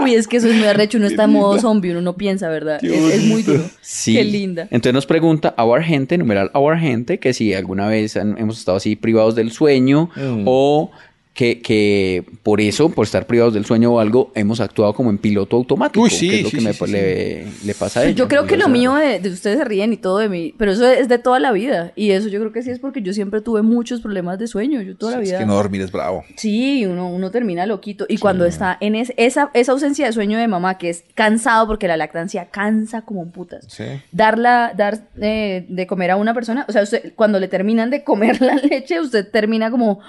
[SPEAKER 2] Uy, es que eso es muy arrecho, uno está en modo zombie, uno no piensa, ¿verdad? Es, es muy duro.
[SPEAKER 3] Sí.
[SPEAKER 2] Qué linda.
[SPEAKER 3] Entonces nos pregunta our gente, numeral our gente, que si alguna vez han- hemos estado así privados del sueño
[SPEAKER 1] Mm.
[SPEAKER 3] o que, que por eso, por estar privados del sueño o algo, hemos actuado como en piloto automático.
[SPEAKER 1] Uy, sí,
[SPEAKER 3] que es lo
[SPEAKER 1] sí,
[SPEAKER 3] que me-
[SPEAKER 1] sí, sí,
[SPEAKER 3] le, le pasa a ella.
[SPEAKER 2] Yo creo que
[SPEAKER 3] O
[SPEAKER 2] lo
[SPEAKER 3] sea,
[SPEAKER 2] mío de, de ustedes se ríen y todo de mí, pero eso es de toda la vida. Y eso yo creo que sí es porque yo siempre tuve muchos problemas de sueño, yo toda la vida.
[SPEAKER 1] Es que no dormir es bravo.
[SPEAKER 2] Sí, uno, uno termina loquito. Y cuando está en es- esa, esa ausencia de sueño de mamá, que es cansado porque la lactancia cansa como un putas.
[SPEAKER 1] Sí.
[SPEAKER 2] Darla, dar eh, de comer a una persona, o sea, usted- cuando le terminan de comer *laughs* la leche, usted termina como,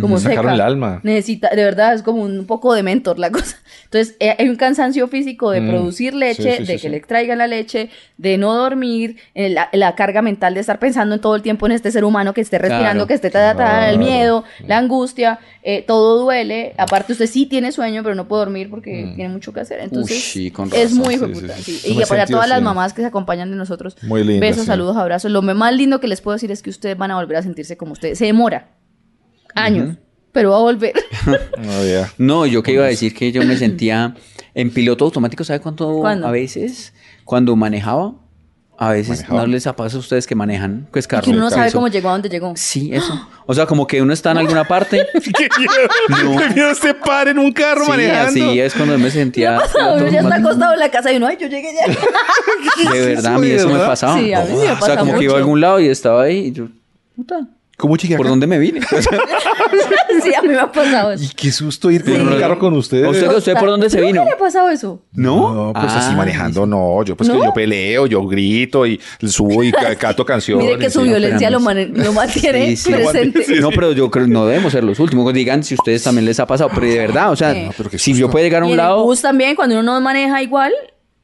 [SPEAKER 2] como
[SPEAKER 1] Le sacaron
[SPEAKER 2] seca.
[SPEAKER 1] el alma.
[SPEAKER 2] Necesita, de verdad, es como un poco de mentor la *laughs* cosa. Entonces, eh, hay un cansancio físico de
[SPEAKER 1] Mm,
[SPEAKER 2] producir leche,
[SPEAKER 1] sí, sí,
[SPEAKER 2] de
[SPEAKER 1] sí,
[SPEAKER 2] que
[SPEAKER 1] sí.
[SPEAKER 2] le extraigan la leche, de no dormir, eh, la, la carga mental de estar pensando en todo el tiempo en este ser humano que esté respirando,
[SPEAKER 3] Claro,
[SPEAKER 2] que esté ta, ta, ta,
[SPEAKER 1] claro.
[SPEAKER 2] el
[SPEAKER 1] Mm.
[SPEAKER 2] miedo, la angustia, eh, todo duele. Aparte, usted sí tiene sueño, pero no puede dormir porque tiene mucho que hacer. Entonces,
[SPEAKER 3] sí, con
[SPEAKER 2] es
[SPEAKER 3] razón,
[SPEAKER 2] muy
[SPEAKER 1] Mm. sí,
[SPEAKER 2] hijueputa,
[SPEAKER 1] sí, sí.
[SPEAKER 2] sí.
[SPEAKER 1] Yo
[SPEAKER 2] Y
[SPEAKER 1] me
[SPEAKER 2] apoyar
[SPEAKER 1] sentí
[SPEAKER 2] todas las
[SPEAKER 1] así.
[SPEAKER 2] mamás que se acompañan de nosotros.
[SPEAKER 1] Muy linda,
[SPEAKER 2] Besos,
[SPEAKER 1] sí.
[SPEAKER 2] saludos, abrazos. Lo más lindo que les puedo decir es que ustedes van a volver a sentirse como ustedes. Se demora años, pero va a
[SPEAKER 3] *laughs*
[SPEAKER 2] volver.
[SPEAKER 1] Oh, *laughs* yeah.
[SPEAKER 3] No, yo que iba a
[SPEAKER 1] Pues.
[SPEAKER 3] decir que yo me sentía en piloto automático, ¿sabe cuánto
[SPEAKER 2] ¿Cuándo?
[SPEAKER 3] a veces? Cuando manejaba, a veces
[SPEAKER 1] Manejaba.
[SPEAKER 3] no les pasa a ustedes que manejan, pues carro.
[SPEAKER 2] que uno no sabe
[SPEAKER 3] eso.
[SPEAKER 2] cómo llegó a dónde llegó.
[SPEAKER 3] Sí, eso. O sea, como que uno está en
[SPEAKER 1] *laughs*
[SPEAKER 3] alguna parte.
[SPEAKER 1] Qué miedo. Qué miedo se este par en un carro
[SPEAKER 3] sí,
[SPEAKER 1] manejando.
[SPEAKER 3] así es cuando
[SPEAKER 2] *laughs*
[SPEAKER 3] me sentía. piloto
[SPEAKER 2] Uno ya está
[SPEAKER 3] automático.
[SPEAKER 2] acostado en la casa y uno, ay, yo llegué ya. *laughs*
[SPEAKER 3] De verdad, a mí
[SPEAKER 1] Sí,
[SPEAKER 3] eso me
[SPEAKER 1] ¿verdad?
[SPEAKER 3] pasaba.
[SPEAKER 2] Sí, a mí sí me
[SPEAKER 3] o
[SPEAKER 2] pasa
[SPEAKER 3] sea, como que iba a
[SPEAKER 2] mucho.
[SPEAKER 3] algún lado y estaba ahí y yo, puta,
[SPEAKER 1] ¿Cómo llegué
[SPEAKER 3] ¿por
[SPEAKER 1] acá?
[SPEAKER 3] dónde me
[SPEAKER 1] *laughs*
[SPEAKER 3] vine?
[SPEAKER 2] sí, a mí me ha pasado
[SPEAKER 1] Y
[SPEAKER 2] eso.
[SPEAKER 1] qué susto ir con un carro con ustedes.
[SPEAKER 3] ¿A ¿Usted, a usted por dónde se vino?
[SPEAKER 2] ¿Qué le ha pasado eso?
[SPEAKER 1] No, pues así
[SPEAKER 3] Ah,
[SPEAKER 1] manejando, no. Yo pues que
[SPEAKER 2] ¿No?
[SPEAKER 1] yo peleo, yo grito y subo y ca- canto canciones.
[SPEAKER 2] Mire que su
[SPEAKER 1] sí.
[SPEAKER 2] violencia lo, mane- lo mantiene
[SPEAKER 3] Sí, sí.
[SPEAKER 2] presente.
[SPEAKER 3] No, pero yo creo no debemos ser los últimos. Digan si ustedes también les ha pasado, pero de verdad, o sea,
[SPEAKER 2] No,
[SPEAKER 1] pero qué
[SPEAKER 3] si
[SPEAKER 1] susto.
[SPEAKER 3] yo puedo llegar a
[SPEAKER 2] Y
[SPEAKER 3] un
[SPEAKER 2] en el
[SPEAKER 3] lado,
[SPEAKER 2] bus también, cuando uno no maneja igual,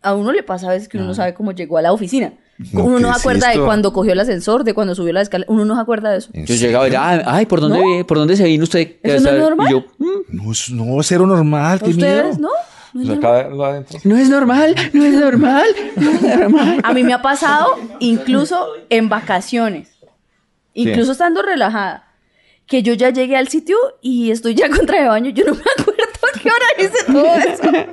[SPEAKER 2] a uno le pasa a veces que uno no
[SPEAKER 3] Ah.
[SPEAKER 2] sabe cómo llegó a la oficina.
[SPEAKER 1] No,
[SPEAKER 2] uno
[SPEAKER 1] ¿qué
[SPEAKER 2] no se
[SPEAKER 1] es
[SPEAKER 2] acuerda de
[SPEAKER 1] esto?
[SPEAKER 2] cuando cogió el ascensor, de cuando subió la escalera. Uno no se acuerda de eso.
[SPEAKER 1] ¿En
[SPEAKER 3] yo
[SPEAKER 1] serio?
[SPEAKER 3] llegaba ya, ay, ay, ¿por dónde,
[SPEAKER 2] ¿No?
[SPEAKER 3] vi- ¿por dónde se vino usted?
[SPEAKER 2] ¿Eso no es
[SPEAKER 3] Ya sabe,
[SPEAKER 2] normal?
[SPEAKER 3] y yo, "Mm,
[SPEAKER 1] No, es- no, cero normal, qué miedo.
[SPEAKER 2] ¿Ustedes no? ¿No
[SPEAKER 1] Pues
[SPEAKER 2] es normal?
[SPEAKER 1] acá- acá adentro.
[SPEAKER 3] no es normal, no es normal, *laughs* no es normal.
[SPEAKER 2] A mí me ha pasado
[SPEAKER 1] *laughs*
[SPEAKER 2] incluso en vacaciones, incluso estando relajada, que yo ya llegué al sitio y estoy ya contra de baño. Yo no me *laughs* acuerdo a qué hora hice
[SPEAKER 1] *laughs*
[SPEAKER 2] todo eso.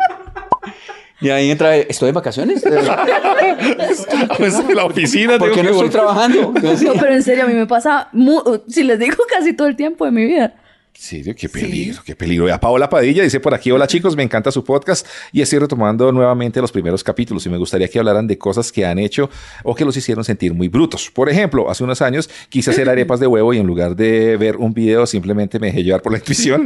[SPEAKER 3] Y ahí entra, estoy
[SPEAKER 1] *laughs*
[SPEAKER 3] de vacaciones, ¿De verdad?
[SPEAKER 1] Ah, *laughs* pues en la oficina.
[SPEAKER 3] ¿por
[SPEAKER 1] tengo
[SPEAKER 3] qué no
[SPEAKER 1] que
[SPEAKER 3] estoy
[SPEAKER 1] volver. *laughs*
[SPEAKER 3] trabajando?
[SPEAKER 2] No, pero en serio, a mí me pasa, mu- si les digo, casi todo el tiempo de mi vida. *laughs*
[SPEAKER 1] Sí, Dios, qué peligro, qué peligro. A Paola Padilla dice por aquí, hola chicos, me encanta su podcast y estoy retomando nuevamente los primeros capítulos y me gustaría que hablaran de cosas que han hecho o que los hicieron sentir muy brutos. Por ejemplo, hace unos años quise hacer arepas de huevo y en lugar de ver un video simplemente me dejé llevar por la intuición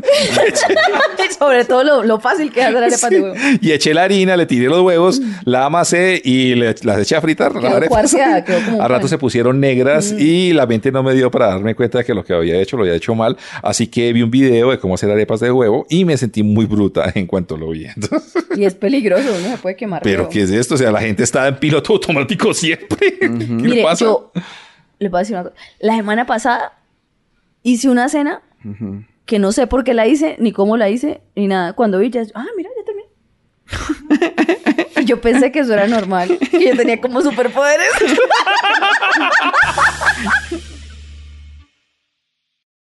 [SPEAKER 2] Sobre todo lo, lo fácil que es hacer arepas de huevo.
[SPEAKER 1] y eché la harina, le tiré los huevos, la amasé y le- las eché a fritar. las
[SPEAKER 2] Quedó
[SPEAKER 1] arepas.
[SPEAKER 2] cuarteada, quedó como Mm.
[SPEAKER 1] *laughs*
[SPEAKER 2] un
[SPEAKER 1] a rato
[SPEAKER 2] pan.
[SPEAKER 1] se pusieron negras y la mente no me dio para darme cuenta de que lo que había hecho lo había hecho mal. Así que vi un video de cómo hacer arepas de huevo y me sentí muy bruta *laughs* en cuanto lo vi. Entonces,
[SPEAKER 2] Y es peligroso, uno se puede quemar.
[SPEAKER 1] Pero
[SPEAKER 2] feo.
[SPEAKER 1] ¿qué es esto? O sea, la gente está en piloto automático siempre. *laughs* ¿Qué le
[SPEAKER 2] Mire,
[SPEAKER 1] pasa?
[SPEAKER 2] yo les voy a decir una cosa. La semana pasada hice una cena que no sé por qué la hice, ni cómo la hice, ni nada. Cuando vi ya, ah, mira, ya terminé. Y *laughs* yo pensé que eso era normal, que yo tenía como superpoderes.